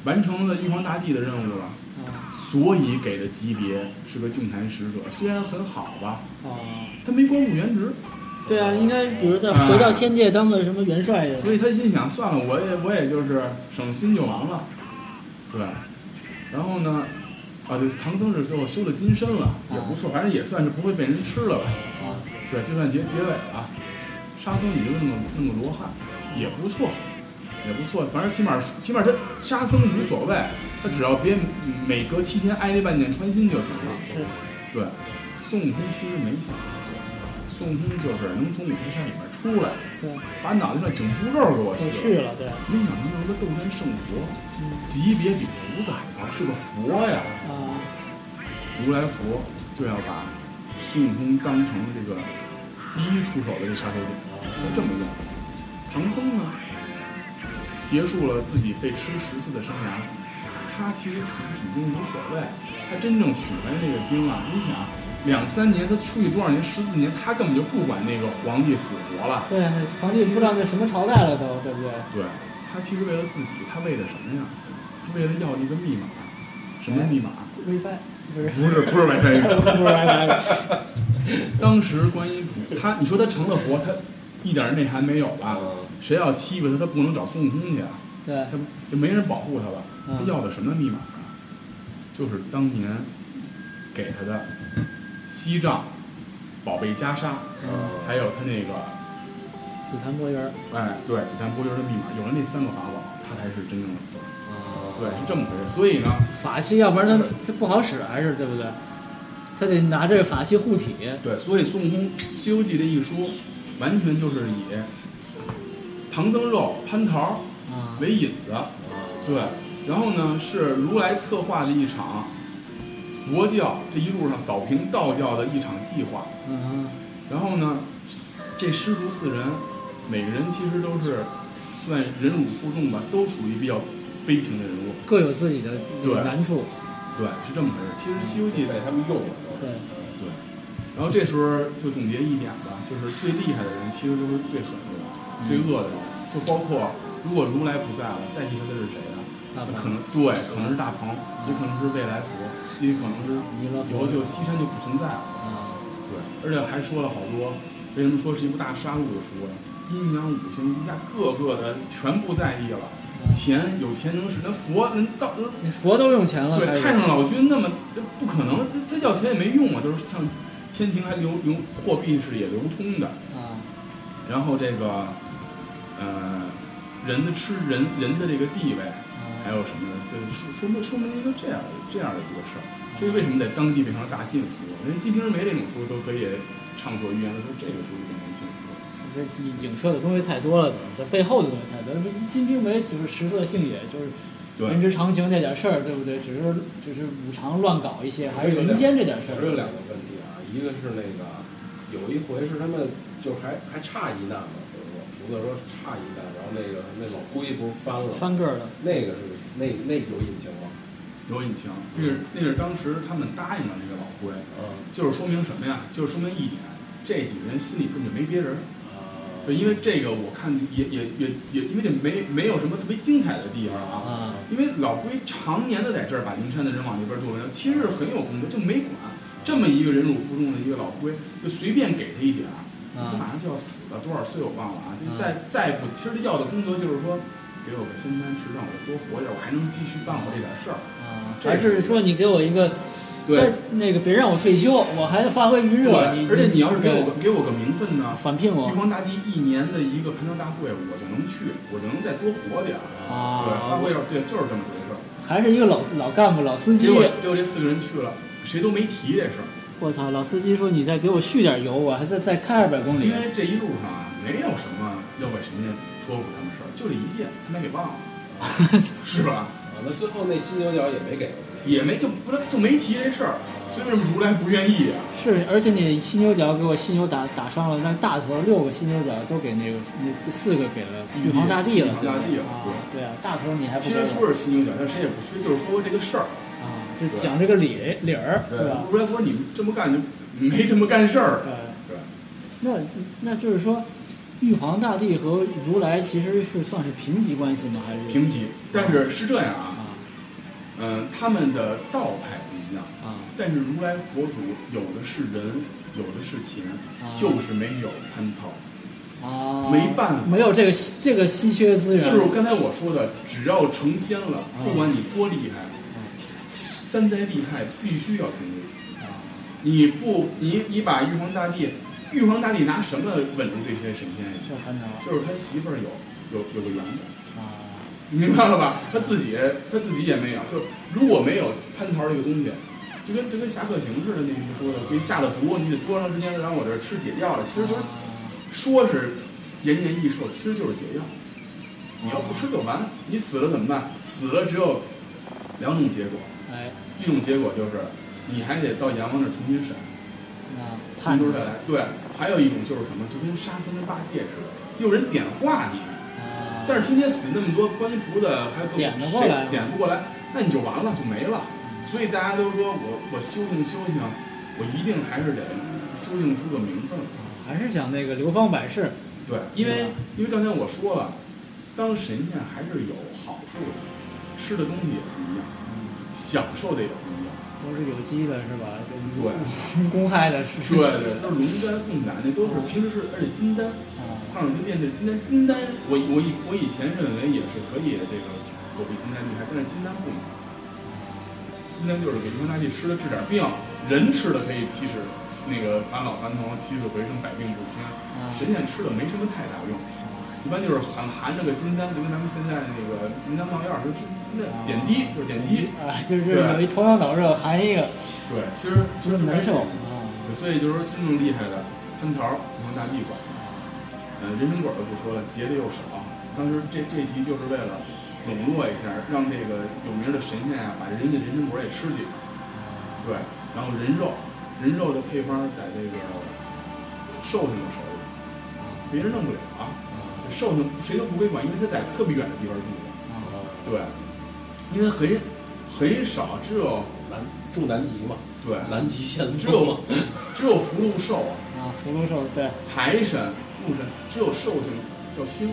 S2: 完成了玉皇大帝的任务了，
S1: 啊
S2: 所以给的级别是个净坛使者，虽然很好吧，
S1: 啊，
S2: 他没光复原职，
S1: 对啊，应该比如再回到天界当个什么元帅也，
S2: 呃所以他心想算了，我也我也就是省心就完了，对。然后呢，啊对，唐僧是最后修了金身了，也不错，反正也算是不会被人吃了吧，
S1: 啊，
S2: 对，就算结结尾了。沙僧也就弄个弄个罗汉，也不错，也不错，反正起码起码他沙僧无所谓，他只要别每隔七天挨那半件穿心就行了。
S1: 是
S2: 对，孙悟空其实没想那么多，孙悟空就是能从五台山里面出来，
S1: 对，
S2: 把脑袋上紧箍咒给我
S1: 我
S2: 去
S1: 去
S2: 了。
S1: 了，对，
S2: 没想到他妈斗战胜佛，
S1: 嗯
S2: 级别比菩萨还高，是个佛呀！
S1: 啊，
S2: 如来佛就要把孙悟空当成这个第一出手的这杀手锏，就这么用。唐僧呢，结束了自己被吃十次的生涯，他其实取不取经无所谓，他真正取来这个经啊，你想两三年，他出去多少年，十四年，他根本就不管那个皇帝死活了。
S1: 对，那皇帝不知道那什么朝代了都，对不对？
S2: 对，他其实为了自己，他为了什么呀？他为了要一个密码，什么密码？
S1: WiFi [laughs] 不是，
S2: 不是不是 WiFi 密码。
S1: 不是 WiFi，
S2: 当时观音菩他，你说他成了佛，他一点内涵没有吧？
S1: 嗯
S2: 谁要欺负他，他不能找孙悟空去啊，
S1: 对
S2: 他，就没人保护他了。
S1: 嗯
S2: 他要的什么密码啊？就是当年给他的西藏宝贝袈裟，
S1: 嗯，
S2: 还有他那个
S1: 紫檀博园，
S2: 哎，对紫檀波云的密码，有了那三个法宝，他才是真正的佛。
S1: 嗯
S4: 啊
S2: 对，是这么回事。所以呢，
S1: 法器，要不然它它不好使，啊还是对不对？他得拿这个法器护体，
S2: 对，所以孙悟空《西游记》这一书，完全就是以唐僧肉、蟠桃
S1: 啊，
S2: 为引子。对，然后呢是如来策划的一场佛教这一路上扫平道教的一场计划。
S1: 嗯，
S2: 然后呢，这师徒四人，每个人其实都是算忍辱负重吧，都属于比较悲情的人物。
S1: 各有自己的
S2: 对
S1: 难处，
S2: 对，是这么回事。其实《西游记》
S3: 被他们用了。
S1: 对，
S2: 对，然后这时候就总结一点吧，就是最厉害的人其实都是最狠的人、
S1: 嗯
S2: 最恶的人，就包括如果如来不在了，代替他的是谁啊？
S1: 大鹏嗯
S2: 那可能对，可能是大鹏，也可能是未来佛，也可能是
S1: 弥勒
S2: 以
S1: 佛
S2: 后就西山就不存在了。
S1: 啊，
S2: 对，而且还说了好多，为什么说是一部大杀戮的书呢？阴阳五行，人家各个的全部在意了。
S1: 嗯
S2: 钱有钱能使，那佛人道
S1: 那佛都用钱了，嗯还
S2: 对，
S1: 是
S2: 太上老君那么不可能，他他要钱也没用啊，就是像天庭还流流货币是也流通的，
S1: 啊，
S2: 然后这个呃人的吃人人的这个地位，
S1: 哎
S2: 还有什么的，这说说明说明一个这样这样的一个事儿，所以为什么在当地变成了大禁书？人金瓶梅这种书都可以畅所欲言的说这个书就变成禁书了，
S1: 这影射的东西太多了，这背后的东西太多了。金瓶梅只是食色性也，就是人
S2: 对
S1: 之常情这点事儿，对不对？只是只是五常乱搞一些，还是人间这点事
S3: 我这有
S1: 儿。
S3: 两个问题啊，一个是那个有一回是他们就是还还差一难嘛，就是我厨子说差一难，然后那个那老龟不是翻了吗，
S1: 翻个儿的，
S3: 那个是那那有隐情吗？
S2: 有隐情，那是那是当时他们答应了那个老龟，
S3: 嗯
S2: 就是说明什么呀？就是说明一点，这几个人心里根本就没别人。
S3: 啊
S2: 对，因为这个我看也也也也，因为这没没有什么特别精彩的地方啊。
S1: 啊，
S2: 因为老龟常年的在这儿把灵山的人往那边渡，其实是很有功德，就没管这么一个忍辱负重的一个老龟，就随便给他一点儿，
S1: 啊
S2: 他马上就要死了，多少岁我忘了啊。就
S1: 嗯
S2: 再再不，其实要的功德就是说，给我个仙丹池，让我多活一点，我还能继续办我这点事儿。
S1: 啊，还是说你给我一个，再
S2: 对
S1: 那个别让我退休，我还发挥余热。
S2: 对，而且你要是给我个给我个名分
S1: 对，
S2: 呢
S1: 返聘我
S2: 玉皇大帝一年的一个蟠桃大会，我就能去，我就能再多活点儿。对，
S1: 啊，
S2: 发挥有对，就是这么回事儿。
S1: 还是一个老老干部老司
S2: 结
S1: 机。
S2: 果结果这四个人去了，谁都没提这事儿，
S1: 我操，老司机说你再给我续点油，我还再再开二百公里
S2: 因。为这一路上啊，没有什么要为神仙托付他们事儿，就这一件，他们给忘了，是吧？
S1: 嗯
S3: 啊，那最后那犀牛角也没给我们
S2: 也没就不就没提这事儿，所以为什么如来不愿意啊？
S1: [laughs] 是，而且你犀牛角给我犀牛打打伤了，但大坨六个犀牛角都给那个那四个给了玉皇大帝了，对
S2: 玉皇大
S1: 不
S2: 帝
S1: 对
S2: 了
S1: 啊
S2: 对，
S1: 对啊，大坨你还不
S2: 其
S1: 给
S2: 实
S1: 我
S2: 说是犀牛角，但谁也不缺，就是说这个事儿。
S1: 啊？就讲这个理理儿，对啊吧？
S2: 如来佛你这么干就没这么干事儿。
S1: 对。
S2: 对，
S1: 那那就是说，玉皇大帝和如来其实是算是平级关系吗？还是
S2: 平级。但是是这样啊，
S1: 啊
S2: 嗯，他们的道派不一样，
S1: 啊
S2: 但是如来佛祖有的是人，有的是钱，
S1: 啊
S2: 就是没有蟠桃。
S1: 啊！
S2: 没办法
S1: 没有这个稀这个稀缺资源，
S2: 就是刚才我说的，只要成仙了，不管你多厉害，三灾厉害必须要经历。
S1: 啊
S2: 你不，你你把玉皇大帝，玉皇大帝拿什么稳住这些神仙呀？
S1: 这很难
S2: 就是他媳妇儿有有有个缘分。
S1: 啊。
S2: 你明白了吧？他自己他自己也没有，就如果没有蟠桃这个东西，就跟就跟侠客行似的，那句说的，给下了毒，你得多长时间让我这吃解药了？其实就是说是延年益寿，其实就是解药。你要不吃就完，你死了怎么办？死了只有两种结果，
S1: 哎，
S2: 一种结果就是你还得到阎王那儿重新审，
S1: 那啊
S2: 从
S1: 判
S2: 头再来。对，还有一种就是什么，就跟杀僧跟八戒似的，有人点化你。
S1: 啊，
S2: 但是天天死那么多观音菩萨，还有
S1: 点得过来吗
S2: 谁点不过来，那你就完了，就没了。所以大家都说我我修行修行，我一定还是得修行出个名分。
S1: 还是想那个流芳百世
S2: 对，因
S1: 对
S2: 为
S1: 吧
S2: 因为刚才我说了，当神仙还是有好处的，吃的东西也不一样，享受的也不一样。
S1: 都是有机的，是吧？
S2: 对，
S1: 对， [laughs] 公害的是
S2: [laughs] 对对，就是龙丹凤丹那都是平时是，而且金丹。
S1: 啊，
S2: 胖子练的金丹，金丹，我我以我以前认为也是可以这个躲避金丹厉害，但是金丹不一样，金丹就是给玉皇大帝吃了治点病，人吃了可以七十那个返老还童、起死回生、百病不侵，
S1: 啊
S2: 神仙吃了没什么太大用，一般就是含含着个金丹，就跟咱们现在那个云南冒药儿就是那点滴，就是点滴，
S1: 啊，就是有一头脑脑热含一个，
S2: 对，其实其
S1: 就
S2: 实
S1: 是
S2: 就该
S1: 难受啊。
S2: 所以就是真正厉害的蟠桃，玉皇大帝管。呃，人参果就不说了，结的又少。当时这这集就是为了笼络一下，让这个有名的神仙啊，把人家人参果也吃几个。对，然后人肉，人肉的配方在这个寿星的手里，别人弄不了啊。寿星谁都不归管，因为他在特别远的地方住着。
S1: 啊
S2: 对，因为很很少，只有
S3: 南住南极嘛，
S2: 对，
S4: 南极限
S2: 只有只有福禄寿啊。
S1: 啊，福禄寿对，
S2: 财神、禄神，只有寿星叫星，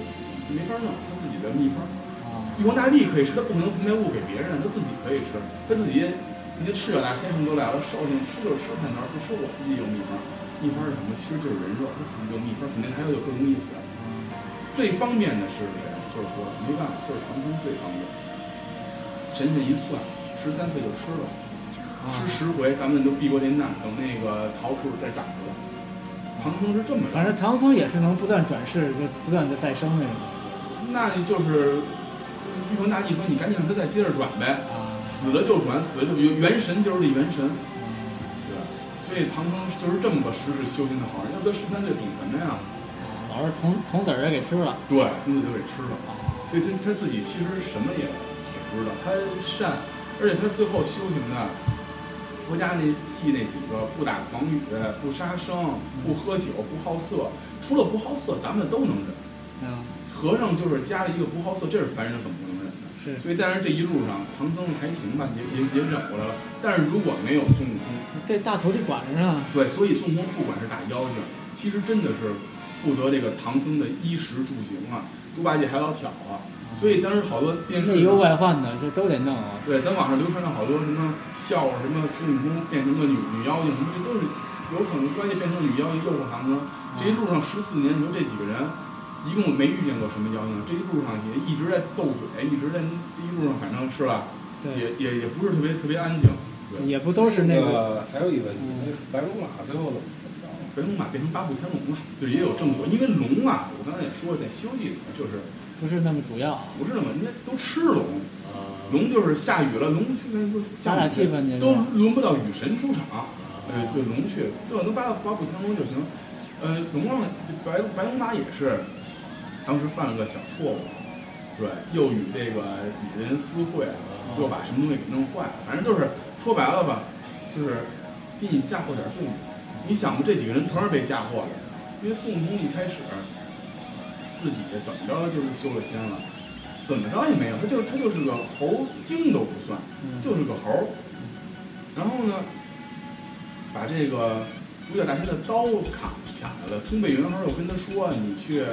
S2: 没法弄，他自己的秘方。
S1: 啊，
S2: 玉皇大帝可以吃，他不可能平白无故给别人，他自己可以吃，他自己，你这赤脚大仙什么都来了，寿星吃就是吃蟠桃，不吃我自己有秘方。秘方是什么？其实就是人肉，他自己有秘方，肯定还有各种医学。最方便的是谁？啊就是说没办法，就是唐僧最方便。神仙一算，十三岁就吃了，
S1: 啊
S2: 吃十回，咱们就避过这难，等那个桃树再长出来。唐僧是这么着
S1: 反正唐僧也是能不断转世，就不断的再生那种
S2: 那你就是玉皇大帝说你赶紧让他再接着转呗，
S1: 啊。
S2: 死了就转，死了就原元神就是这元神，
S1: 嗯
S2: 对
S1: 啊
S2: 吧。所以唐僧就是这么个实质修行的好人，要不他十三岁懂什么呀？
S1: 老是童童子儿也给吃了
S2: 对，公子就给吃了。
S1: 啊，
S2: 所以他他自己其实什么也也不知道，他善，而且他最后修行的，佛家那记那几个不打诳语、不杀生、不喝酒、不好色，除了不好色，咱们都能忍。
S1: 嗯，
S2: 和尚就是加了一个不好色，这是凡人很不能忍的。
S1: 是
S2: 所以，但是这一路上，唐僧还行吧，也也也忍过来了。但是如果没有孙悟空，
S1: 这大徒弟管着呢，
S2: 对，所以孙悟空不管是打妖精，其实真的是负责这个唐僧的衣食住行啊，猪八戒还老挑啊。所以当时好多电视
S1: 内忧外患的这都得弄啊。
S2: 对，咱网上流传了好多什么笑话，什么孙悟空变成个女女妖精，什么这都是有可能猪八戒变成女妖精诱惑唐僧。这一路上十四年，你说这几个人，一共没遇见过什么妖精，这一路上也一直在斗嘴，一直在这一路上反正是吧，
S1: 对，
S2: 也也也不是特别特别安静。对，
S1: 也不都是那个
S3: 个还有一啊问题，那白龙马最后怎么怎么着了？
S2: 白龙马变成八部天龙了，就也有正果，因为龙啊，我刚才也说在《西游记》里面就是
S1: 不是那么主要。啊
S2: 不是那么，人家都吃龙，
S4: 啊，
S2: 龙就是下雨了，龙去那不
S1: 打打嗯气氛去是
S2: 都
S1: 吧啊
S2: 轮不到雨神出场。呃，对龙去，对，能八八补天龙就行。呃，龙王白白龙马也是，当时犯了个小错误，对，又与这个啊
S1: 啊
S2: 底下人私会，又把什么东西给弄坏了。反正就是说白了吧，就是逼你嫁祸点妇女。你想吧，这几个人同样被嫁祸了，因为宋公一开始自己怎么着就是修了仙了，怎么着也没有，他就是他就是个猴精都不算，就是个猴儿。然后呢，把这个独角大师的刀砍卡下了。通背猿猴又跟他说：“啊你去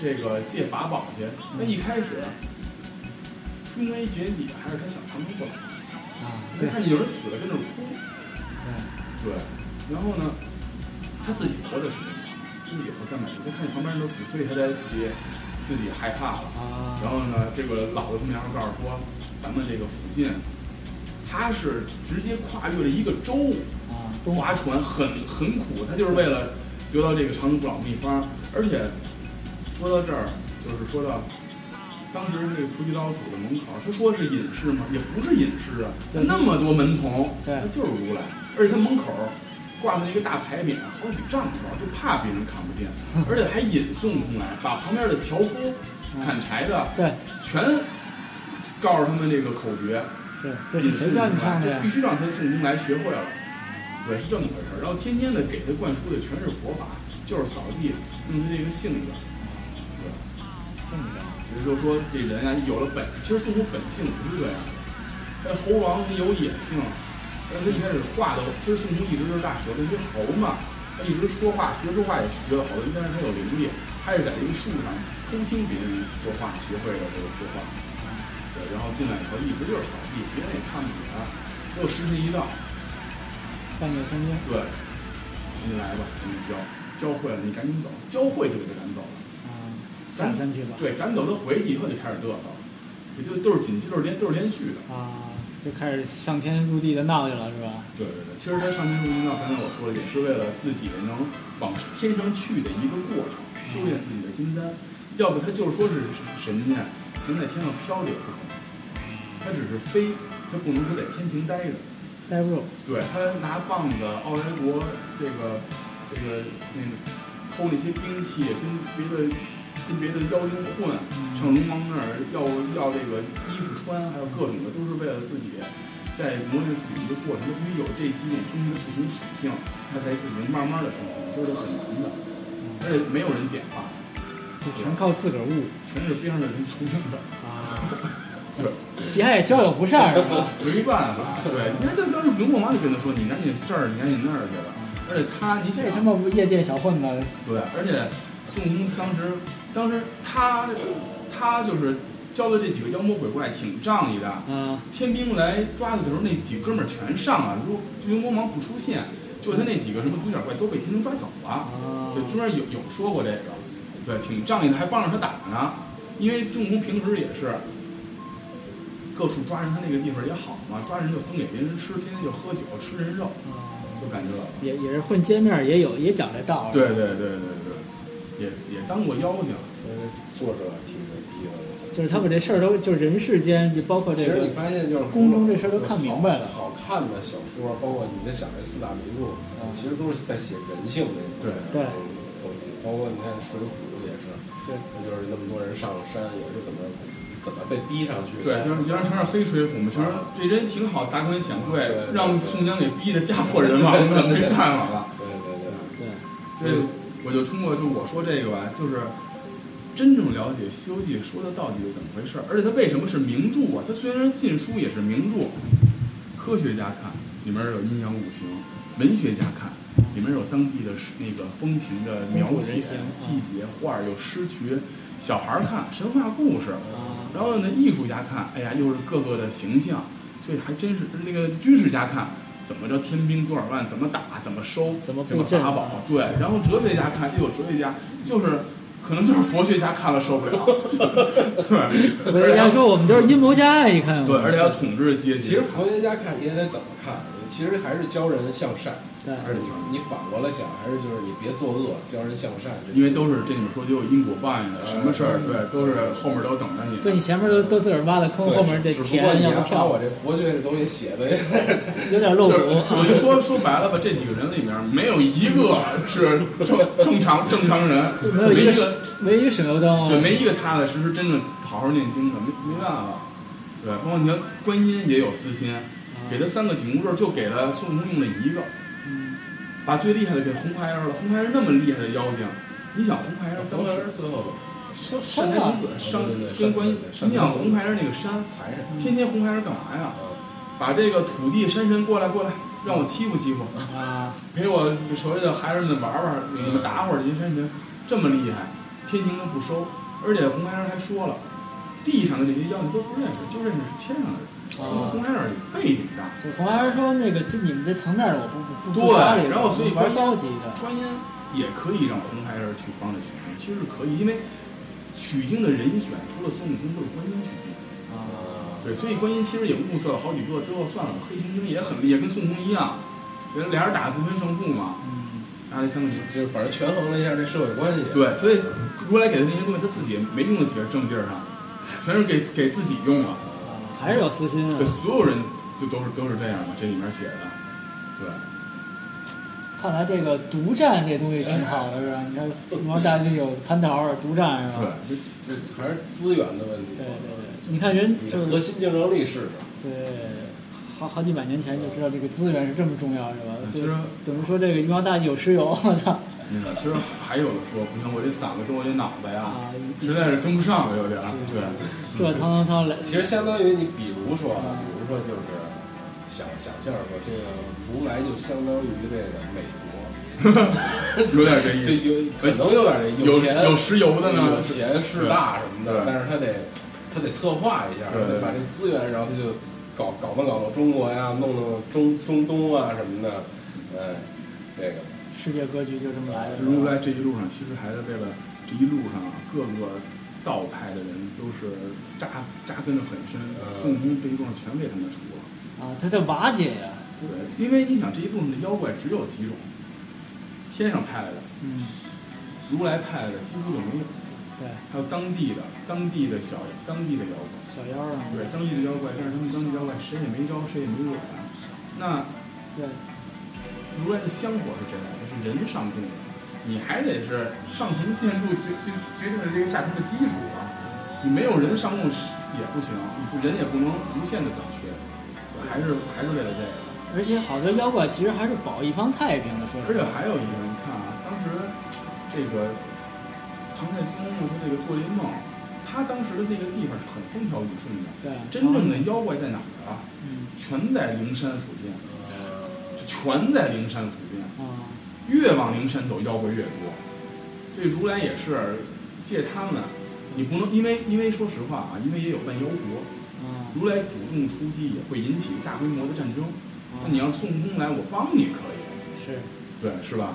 S2: 这个借法宝去。”那一开始，终归结底还是他想长生不老。
S1: 啊，
S2: 你看见有人死了跟那儿哭，
S1: 对，
S2: 对，然后呢，他自己活的时间长，自己活三百年，他看见旁边人都死，所以他才自己自己害怕了。
S1: 啊，
S2: 然后呢，这个老的公羊告诉说，咱们这个附近，他是直接跨越了一个州，
S1: 啊，
S2: 划船很很苦，他就是为了得到这个长生不老秘方。而且说到这儿，就是说到当时那个雏菊老祖的门口，他说是隐士吗？也不是隐士啊，
S1: 对
S2: 那么多门童，
S1: 对
S2: 他就是如来。而且他门口挂的那个大牌匾，好几丈高，就怕别人看不见，而且还引送出来，把旁边的樵夫、砍柴的
S1: 对，
S2: 全告诉他们这个口诀。
S1: 是，这是谁教你唱的
S2: 这
S1: 呀
S2: 必？须让他宋公来学会了，对，是这么回事儿。然后天天的给他灌输的全是佛法，就是扫地，用他这个性子。对，
S1: 这么着，
S2: 所以就说这人啊，有了本，其实宋公本性不是这样的。但猴王他有野性，但是他一开始话都，其实宋公一直就是大舌头，因为猴嘛，他一直说话学说话也学了好多，但是他有灵力，他是在这个树上偷听别人说话，学会了这个说话。对，然后进来以后一直就是扫地，别人也看不起他，只有时辰一到，
S1: 半夜三更，
S2: 对，你来吧，你教，教会了你赶紧走，教会就给他赶走了。
S1: 啊，下山去吧，
S2: 对，赶走他回去以后就开始嘚瑟了，也就都是紧接都是连都是连续的。
S1: 啊，就开始上天入地的闹去了，是吧？
S2: 对对对，其实他上天入地道，刚才我说了，也是为了自己能往天上去的一个过程，修炼自己的金丹。要不他就是说是神仙，行在天上飘着也不可能，他只是飞，他不能说在天庭待着。
S1: 待不住，
S2: 对他拿棒子，奥莱国这个这个那个偷那些兵器，跟别的跟别的妖精混，
S1: 嗯
S2: 上龙王那儿要要这个衣服穿，还有各种的，都是为了自己在磨练自己的一个过程，他必须有这几种东西的不同属性，他才自己能慢慢的成功，就是很难的，
S1: 嗯
S2: 而且没有人点化，
S1: 就全靠自个儿悟
S2: 全是边上的人从的，
S1: 啊，
S2: 对。
S1: 别也交友不善，是吧？
S2: 没办法，对，因为这当时刘梦王就跟他说，你赶紧这儿，你赶紧那儿去吧。而且他，你想
S1: 嗯这他妈不业界小混子，
S2: 对，而且孙悟空当时，当时他他就是教的这几个妖魔鬼怪挺仗义的。
S1: 啊，
S2: 天兵来抓他的时候，那几哥们儿全上了，如如牛魔王不出现，就他那几个什么独角怪都被天兵抓走了。
S1: 哦
S2: 对，中间有有说过这个，对，挺仗义的，还帮着他打呢。因为孙悟空平时也是各处抓人，他那个地方也好嘛，抓人就分给别人吃，天天就喝酒吃人肉，就感觉到了。
S1: 也也是混街面儿，也有也讲这道理，
S2: 对对对对对，也也当过妖精。
S3: 作者挺牛逼的。我操
S1: 就是他把这事儿都就是人世间，包括
S3: 其
S1: 这
S3: 实
S1: 个
S3: 你发现就是
S1: 宫中这事儿都看明白了
S3: 好好看的小说，包括你在想这四大名著，其实都是在写人性这一块儿
S1: 嗯对对
S3: 的东西。包括你看《水浒》也是，
S1: 对
S3: 就是那么多人上山，也是怎么怎么被逼上去的。
S2: 对，就是原来全是黑水浒嘛，全是这人挺好，达官显贵
S3: 对，对
S2: 让宋江给逼得家破人亡的，没办法了。
S3: 对对对，
S1: 对，嗯
S2: 所以我就通过就我说这个吧，就是真正了解《西游记》说的到底是怎么回事儿，而且它为什么是名著啊？它虽然是禁书也是名著，科学家看里面有阴阳五行，文学家看里面有当地的诗那个风情的描
S1: 风土
S2: 写
S1: 人情、
S2: 季节、画儿有诗句，小孩儿看神话故事，
S1: 啊，
S2: 然后呢，艺术家看，哎呀，又是各个的形象，所以还真是那个军事家看，怎么着天兵多少万，怎么打，怎么收，
S1: 怎么布
S2: 怎么
S1: 阵啊
S2: 法宝，对。然后哲学家看，又有哲学家，就是可能就是佛学家看了受不了，对。
S1: [laughs] 所以人家说我们都是阴谋家呀，一看，
S2: 对，而且还有统治阶级。
S3: 其实佛学家看也得怎么看，其实还是教人向善。
S1: 对
S3: 还是你
S2: 嗯
S3: 你反过来想，还是就是你别作恶，教人向善。这
S2: 因为都是这里面说就有因果报应的，什么事儿
S3: 呃
S2: 对，都是后面都等着你。
S1: 对你前面都都自个儿挖的坑，
S3: 对
S1: 后面
S3: 只
S1: 得
S3: 只不
S1: 填
S3: 过，你
S1: 要
S3: 要
S1: 不
S3: 把
S1: 跳
S3: 我，这佛学这东西
S2: [laughs]
S3: 写的，
S1: 有点露
S2: 就
S1: 骨
S2: 是，我就说说白了吧，这几个人里面没有一个是正正常正常人，
S1: 没有
S2: 没
S1: 一
S2: 一
S1: 个
S2: 个
S1: 省没有一个啊省油灯，
S2: 对，没一个踏踏实
S4: 嗯
S2: 实真正好好念经的，没没办法。对，包括你看观音也有私心，给他三个紧箍咒，就给了孙悟空用了一个，
S1: 嗯，
S2: 把最厉害的给红孩儿了。红孩儿那么厉害的妖精，你想红孩儿当
S4: 当
S2: 时
S4: 时最后
S1: 收收
S2: 善财
S1: 了
S2: 童，子伤
S4: 对对对
S2: 跟关系
S4: 善财，童子嗯
S2: 你想红孩儿那个山，
S4: 残忍
S2: 天天红孩儿干嘛呀？
S4: 啊，
S2: 把这个土地山神过来过来，让我欺负欺负，
S1: 啊，
S2: 陪我手下的孩子们玩玩，你们打会儿这些山神，这么厉害，天庭都不收。而且红孩儿还说了，地上的这些妖精都不认识，就认识天上的人。
S1: 啊
S2: 红孩儿背景大，
S1: 就红孩儿说那个，这你们这层面儿我不不不不
S2: 对
S1: 搭理，
S2: 然后所以
S1: 我玩
S2: 关
S1: 高级的，
S2: 观音也可以让红孩儿去帮着取经，其实是可以，因为取经的人选除了孙悟空，都是观音取经。对，所以观音其实也物色了好几个，最后算了吧，黑熊精也很厉害，跟孙悟空一样，人俩人打得不分胜负嘛，
S1: 嗯，
S2: 拿这三个去。
S4: 就反正权衡了一下这社会关系。
S2: 对，所以如来给的那些东西，他自己也没用到几个正地儿上，全是给给自己用了。
S1: 啊
S3: 嗯
S1: 还是有私心啊
S2: 对，，所有人就都是都是这样嘛，这里面写的。对，
S1: 看来这个独占这东西挺好的，是吧？你看王大就有蟠桃儿独占，是
S3: 嗯
S1: 吧？
S2: 对，
S3: 这还是资源的问题
S1: 对。对对，你看人
S4: 你
S1: 就
S4: 的
S1: 是
S4: 核心竞争力是什么？
S1: 对，好好几百年前就知道这个资源是这么重要，是吧？
S2: 其实
S1: 就等于说这个玉皇大帝有吃 [laughs] 有，我操
S2: 嗯，其实还有的说，不行，我这嗓子跟我这脑袋呀，
S1: 啊！
S2: 实在是跟不上了，有点儿。
S3: [laughs]
S1: 是
S2: 对，
S1: 这汤汤汤来，
S3: 其实相当于你，比如说啊，比如说就是想想象说这个如来就相当于这个美
S2: 有
S3: 国，
S2: 点这意思。
S3: 就有可能有点这
S2: 哎有
S3: 钱
S2: 有石油的呢
S3: 有，钱势大什么
S2: 对
S3: 的，但是他得他得策划一下，
S2: 对对
S3: 得把这资源，然后他就搞搞弄搞弄中国呀，弄弄中中东啊什么的，哎，这个
S1: 世界格局就这么来的。是吧
S2: 如来这一路上，其实还是为了这一路上啊各个道派的人都是扎扎根的很深
S3: 呃，
S2: 孙悟空这一路上全给他们除了。
S1: 啊，他在瓦解呀，
S2: 对，因为你想这一路上的妖怪只有几种，天上派来的，
S1: 嗯，
S2: 如来派来的几乎就没有，
S1: 对，
S2: 还有当地的当地的小当地的妖怪，
S1: 小妖啊，
S2: 对当地的妖怪，但是他们当地妖怪谁也没招，谁也没惹啊。那
S1: 对，
S2: 如来的香火是谁来的？是人上供的，你还得是上层建筑决决决定了这个下层的基础啊。你没有人上供是也不行，你不人也不能无限的短缺，还是还是为了这个。
S1: 而且好多妖怪其实还是保一方太平的，说实
S2: 而且
S1: 话，
S2: 还有一个，你看啊，当时这个唐太宗他这个做这梦，他当时的那个地方是很风调雨顺的。
S1: 对，
S2: 真正的妖怪在哪儿啊？
S1: 嗯
S2: 全在灵山附近，就全在灵山附近。
S1: 啊，
S2: 越往灵山走，妖怪越多。所以如来也是借他们，你不能因为因为说实话啊，因为也有万妖国，
S1: 啊
S2: 如来主动出击也会引起大规模的战争。
S1: 啊
S2: 那你要是孙悟空来，我帮你可以，
S1: 是。
S2: 对，是吧？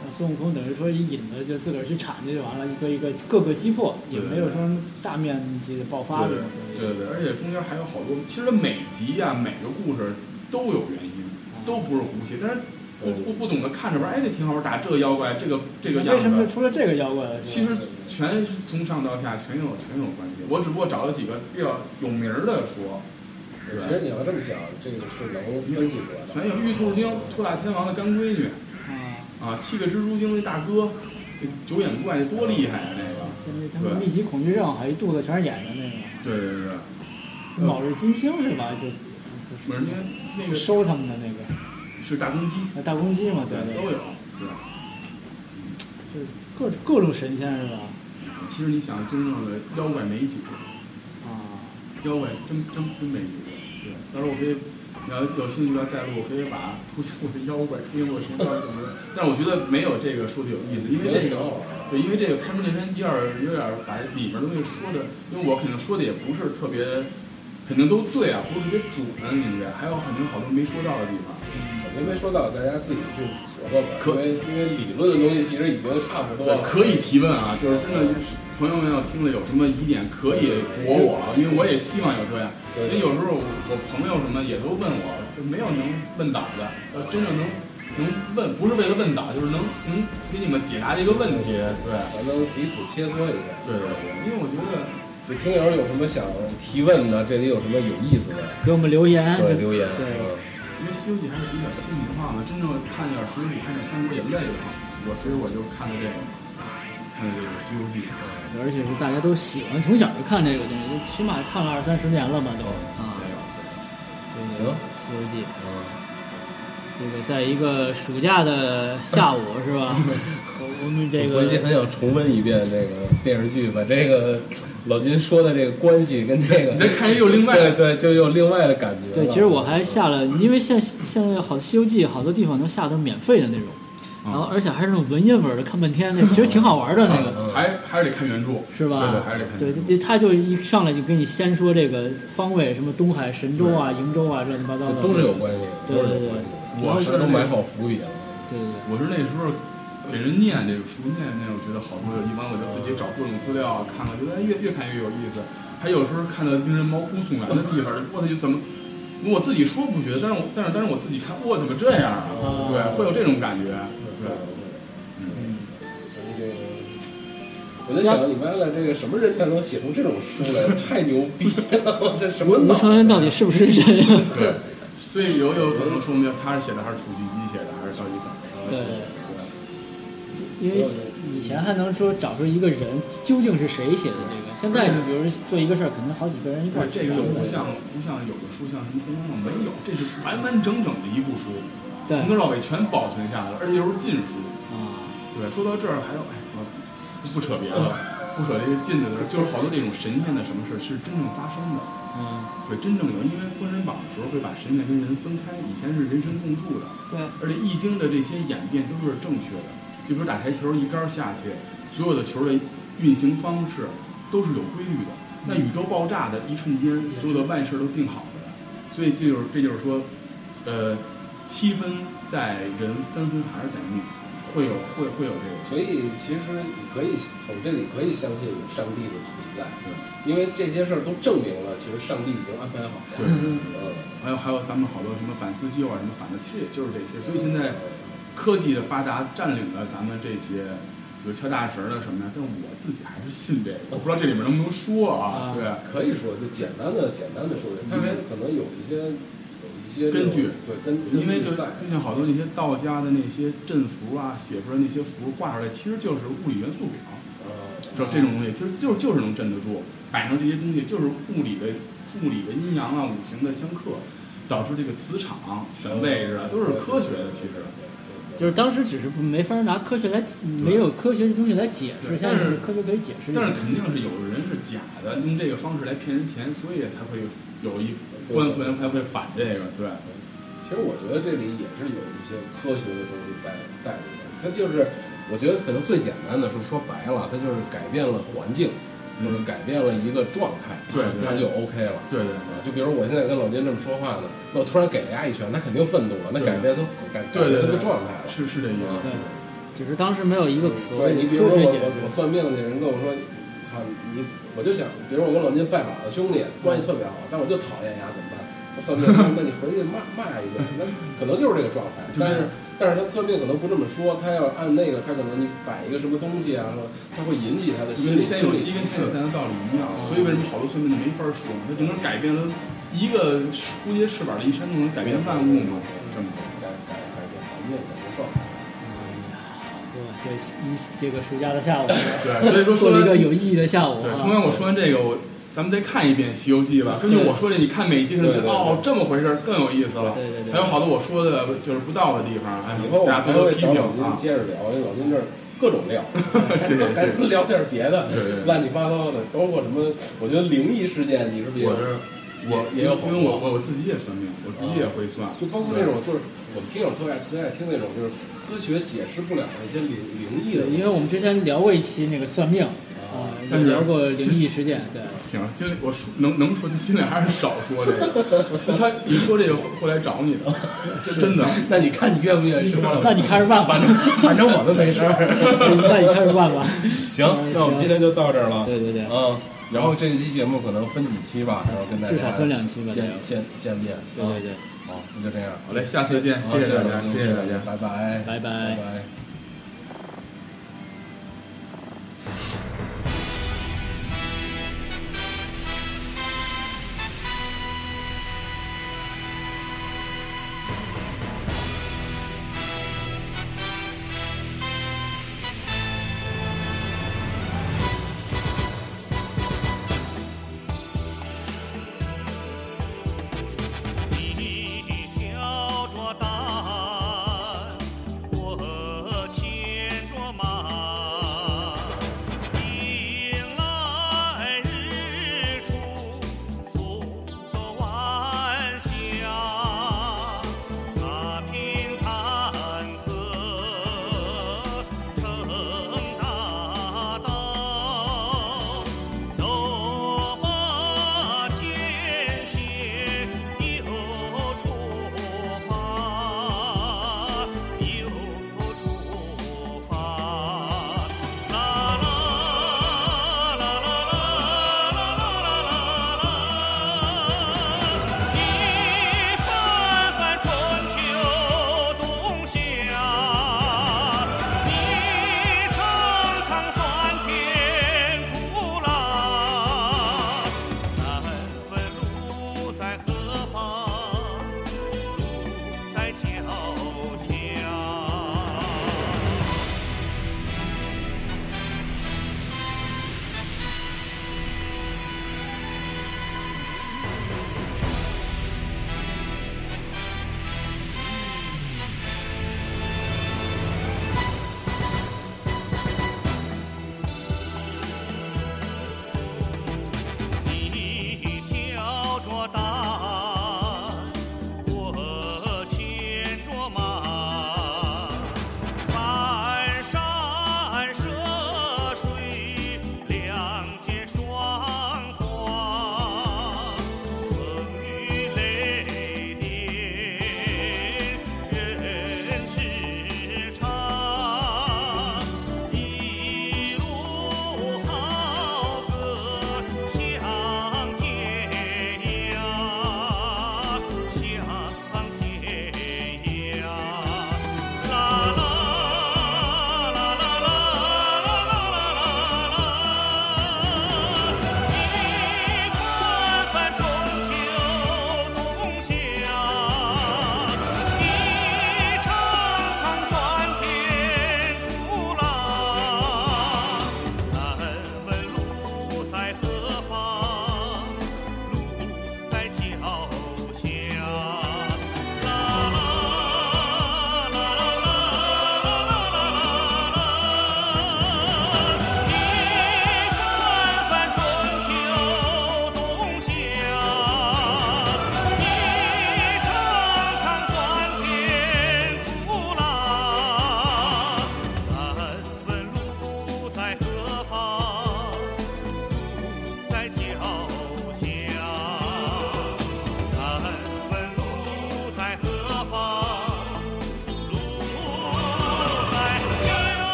S1: 那呃孙悟空等于说一引子就自个儿去铲去就完了，一个一个各个击破，也没有说大面积的爆发这
S2: 对
S1: 种东西。
S2: 对对，而且中间还有好多，其实每集呀、每个故事都有原因，都不是胡写，但是不不不懂得看着玩，哎，这挺好玩，打这个妖怪，这个这个
S1: 那
S2: 样
S1: 为什么
S2: 子，
S1: 出了这个妖怪了？
S2: 其实全是从上到下全有全有关系。我只不过找了几个比较有名儿的说，对
S3: 其实你要这么想，这个是能分析出来的。
S2: 全有玉兔精、托大天王的干闺女
S1: 啊，
S2: 啊，七个蜘蛛精那大哥，那九眼怪多厉害啊，那个，
S1: 就那他们密集恐惧症，还一肚子全是眼的那个，
S2: 对对对对，
S1: 卯日金星是吧？就
S2: 呃不是因为那
S1: 就
S2: 个
S1: 收他们的那个
S2: 是大公鸡，
S1: 那大公鸡嘛，对
S2: 对，
S1: 对，
S2: 都有，对。
S1: 就是各各路神仙是吧？
S2: 其实你想，真正的妖怪没几个，
S1: 啊，
S2: 妖怪真真真没几个。对，到时候我可以，你要有兴趣的话再录，我可以把出现过的妖怪、出现过的神到底怎么样。但是我觉得没有这个说的有意思，因为
S3: 觉得
S2: 这
S3: 挺
S2: 个
S3: 好玩的。
S2: 对，因为这个《开门见山》第二有点把里面的东西说的，因为我肯定说的也不是特别，肯定都对啊，不是特别准，应该还有肯定好多没说到的地方。
S3: 我觉得没说到，大家自己去琢磨吧。
S2: 可
S3: 因为因为理论的东西其实已经差不多
S2: 对
S3: 了，。
S2: 可以提问啊，就是真的，朋友们要听了有什么疑点可以驳我，啊，因为我也希望有这样。因
S3: 对
S2: 为有时候我我朋友什么也都问我，就没有能问倒的，呃，真正能能问，不是为了问倒，就是能能给你们解答这个问题。对，
S3: 咱能彼此切磋一下。
S2: 对对对，因为我觉得
S3: 这听友有什么想提问的，这里有什么有意思的，
S1: 给我们留言，这
S3: 对留言。
S1: 对
S2: 啊
S3: 嗯
S2: 因为《西游记》还是比较亲民化嘛，真正看点《水浒》，看点《三国》也累了，我所以我就看的这个，看的这个《西游记》。
S1: 而且是大家都喜欢，从小就看这个东西，起码看了二三十年了吧都啊。
S2: 对吧？
S1: 对对
S4: 行，
S1: 《西游记》。
S4: 嗯，
S1: 这个在一个暑假的下午是
S2: [laughs]
S1: 吧？我我们这
S4: 我
S1: 个
S4: 回去很想重温一遍这个电视剧，把这个老金说的这个关系跟这个
S2: 你再看一又另外
S4: 对对，就有另外的感觉了。
S1: 对，其实
S3: 嗯
S1: 我还下了，因为现现在好《西游记》好多地方能下到免费的那种，
S2: 嗯
S1: 然后而且还是那种文言文的，看半天那其实挺好玩的那个。
S2: 还还是得看原著，
S1: 嗯是吧？
S2: 嗯对对，还是得看
S1: 对
S2: 原著
S1: 这。这他就一上来就给你先说这个方位，什么东海、神州啊、瀛州啊，乱七八糟的
S4: 都是有关系的，
S1: 对
S4: 都是
S1: 对
S4: 有
S1: 对
S4: 关系的。
S2: 我是
S4: 这都
S2: 那
S4: 埋好伏笔了。
S1: 对对对，
S2: 我是那时候给人念这个书，念那时候觉得好多有一帮，我就
S1: 嗯
S2: 自己找各种资料看看，觉得哎越越看越有意思。还有时候看到令人毛骨悚然的地方，我操，就怎么我自己说不觉得，但是我但是但是我自己看，我怎么这样啊？
S1: 嗯
S2: 对，会有这种感觉。对，
S4: 嗯
S3: 所以这个，我在想，你妈的，这个什么人才能写出这种书来？太牛逼了！ [laughs] 我这什么
S1: 吴
S3: 脑
S1: 承恩到底是不是人啊呀？
S2: 对，所以有有可能说明他是写的还是楚继一写的，还是到底怎么着？
S1: 对，
S2: 对，
S1: 因为以前还能说找出一个人究竟是谁写的这个，现在就比如说做一个事儿，可能好几个人一块儿，
S2: 对这个就不像不像有的书像什么《红楼梦》没有，这是完完整整的一部书，
S1: 对
S2: 从头到尾全保存下来了，而且又是禁书。
S1: 啊，
S2: 对，说到这儿还有，哎，怎么不扯别的， [laughs] 不扯这些近的事儿，就是好多这种神仙的什么事儿是真正发生的。
S1: 嗯，
S2: 对，真正有，因为封神榜的时候会把神仙跟人分开，以前是人神共住的，
S1: 对，
S2: 而且易经的这些演变都是正确的，就比如打台球一杆儿下去，所有的球的运行方式都是有规律的。那宇宙爆炸的一瞬间，所有的万事都定好了的，所以这就是这就是说，呃，七分在人，三分还是在命，会有会会有这个。
S3: 所以其实你可以从这里可以相信有上帝的存在，因为这些事儿都证明了，其实上帝已经安排好了。
S2: 对，
S3: 嗯，
S2: 还有还有咱们好多什么反思机构啊，什么反的，其实也就是这些。所以现在科技的发达占领了咱们这些，比如跳大神儿的什么呀。但我自己还是信这个，我不知道这里面能不能说啊？
S1: 啊
S2: 对，
S3: 可以说就简单的简单的说这，他还
S4: 嗯
S3: 可能有一些有一些
S2: 根据
S3: 对根
S2: 因为就
S3: 根据在
S2: 就像好多那些道家的那些阵符啊，写出来那些符画出来，其实就是物理元素表，
S3: 呃
S2: 是吧？这种东西其实就是就是能镇得住，摆上这些东西就是物理的物理的阴阳啊，五行的相克，导致这个磁场选位置啊，都是科学的其实。
S1: 就是当时只是不没法拿科学来，没有科学的东西来解释，
S2: 对
S1: 现
S2: 但
S1: 在
S2: 是
S1: 是科学可以解释的。
S2: 但是肯定是有人是假的，用这个方式来骗人钱，所以才会有一官方才会反这个。对，
S3: 其实我觉得这里也是有一些科学的东西在在里面。它就是，我觉得可能最简单的说说白了，它就是改变了环境，或者改变了一个状态，
S2: 嗯
S3: 啊
S2: 对对
S3: 它就 OK 了。
S2: 对对
S3: 啊，就比如我现在跟老金这么说话呢，那我突然给了他一拳，他肯定愤怒了，那
S2: 对
S3: 改变他改改
S2: 对
S3: 变
S2: 对
S3: 他
S2: 对
S3: 的状态了。
S2: 是是这意思。
S1: 对，只是当时没有一个所谓
S3: 对
S1: 的
S3: 你比如
S1: 科
S3: 说
S1: 学解
S3: 我我我
S1: 释。
S3: 算命去，人跟我说，操你，我就想，比如我跟老金拜把子兄弟关系特别好，但我就讨厌丫，怎么办？我算命，那你回去骂骂一顿，那可能就是这个状态。
S2: 对
S3: 但是但是他算命可能不这么说，他要按那个，他可能你摆一个什么东西啊，说他会引起他的
S2: 就
S3: 心
S2: 跟
S3: 理
S2: 先
S3: 心
S2: 有
S3: 理
S2: 鸡跟先有蛋的道理一样，所以为什么好多算命的没法说，他只能改变了一个蝴蝶翅膀的一扇动，能改变万物嘛？这么
S3: 改改改变环境，改变状态。
S2: 嗯
S1: 哇这一这个暑假的下午，
S2: 对，所以说
S1: 做
S2: 说
S1: 了
S2: 完
S1: 一个有意义的下午
S2: 对，
S1: 啊
S2: 同。样我说完这个，我咱们再看一遍《西游记》吧。根据我说的，你看每一集可能觉得
S3: 对对对
S2: 哦这么回事儿更有意思了。
S1: 对对对
S2: 还有好多我说的就是不到的地方，哎
S3: 以后，我
S2: 大
S3: 还
S2: 家多多
S3: 会
S2: 批
S3: 找
S2: 评啊。 [laughs]
S3: 老金接着聊，因为老金这儿各种料。
S2: 谢谢
S3: [laughs]
S2: 谢
S3: 还
S2: 谢。
S3: 能聊点别的
S2: 对对对，
S3: 乱七八糟的，包括什么？我觉得灵异事件，你是不是也
S2: 我这我
S3: 也有啊
S2: 因为我我我自己也算命，我自己也会算，
S3: 就包括那种，就是我们听友特别爱特别爱听那种，就是科学解释不了的一些灵灵异的
S1: 对，因为我们之前聊过一期那个算命啊，也
S2: 但是
S1: 聊过灵异事件，对，
S2: 行，尽量我说能能说就尽量还是少说这个。是他一说这个会会来找你的，这真的。
S4: 那你看你愿不愿意说？
S1: [laughs] 那你开始办吧，
S4: 反正我们没事儿。
S1: [laughs] 那你开始办吧。
S4: 行，那我们今天就到这儿了。
S1: 对对对
S4: 嗯，然后这一期节目可能分几期吧，然后跟大家
S1: 至少分两期吧
S4: 见
S1: 这样
S4: 见见面。
S1: 对对对，
S4: 好，那就这样。
S2: 好嘞，下次见，
S4: 好
S2: 谢谢大
S4: 老
S2: 家，
S4: 金
S2: 谢谢大家。
S4: 拜拜，
S1: 拜拜
S4: 拜拜。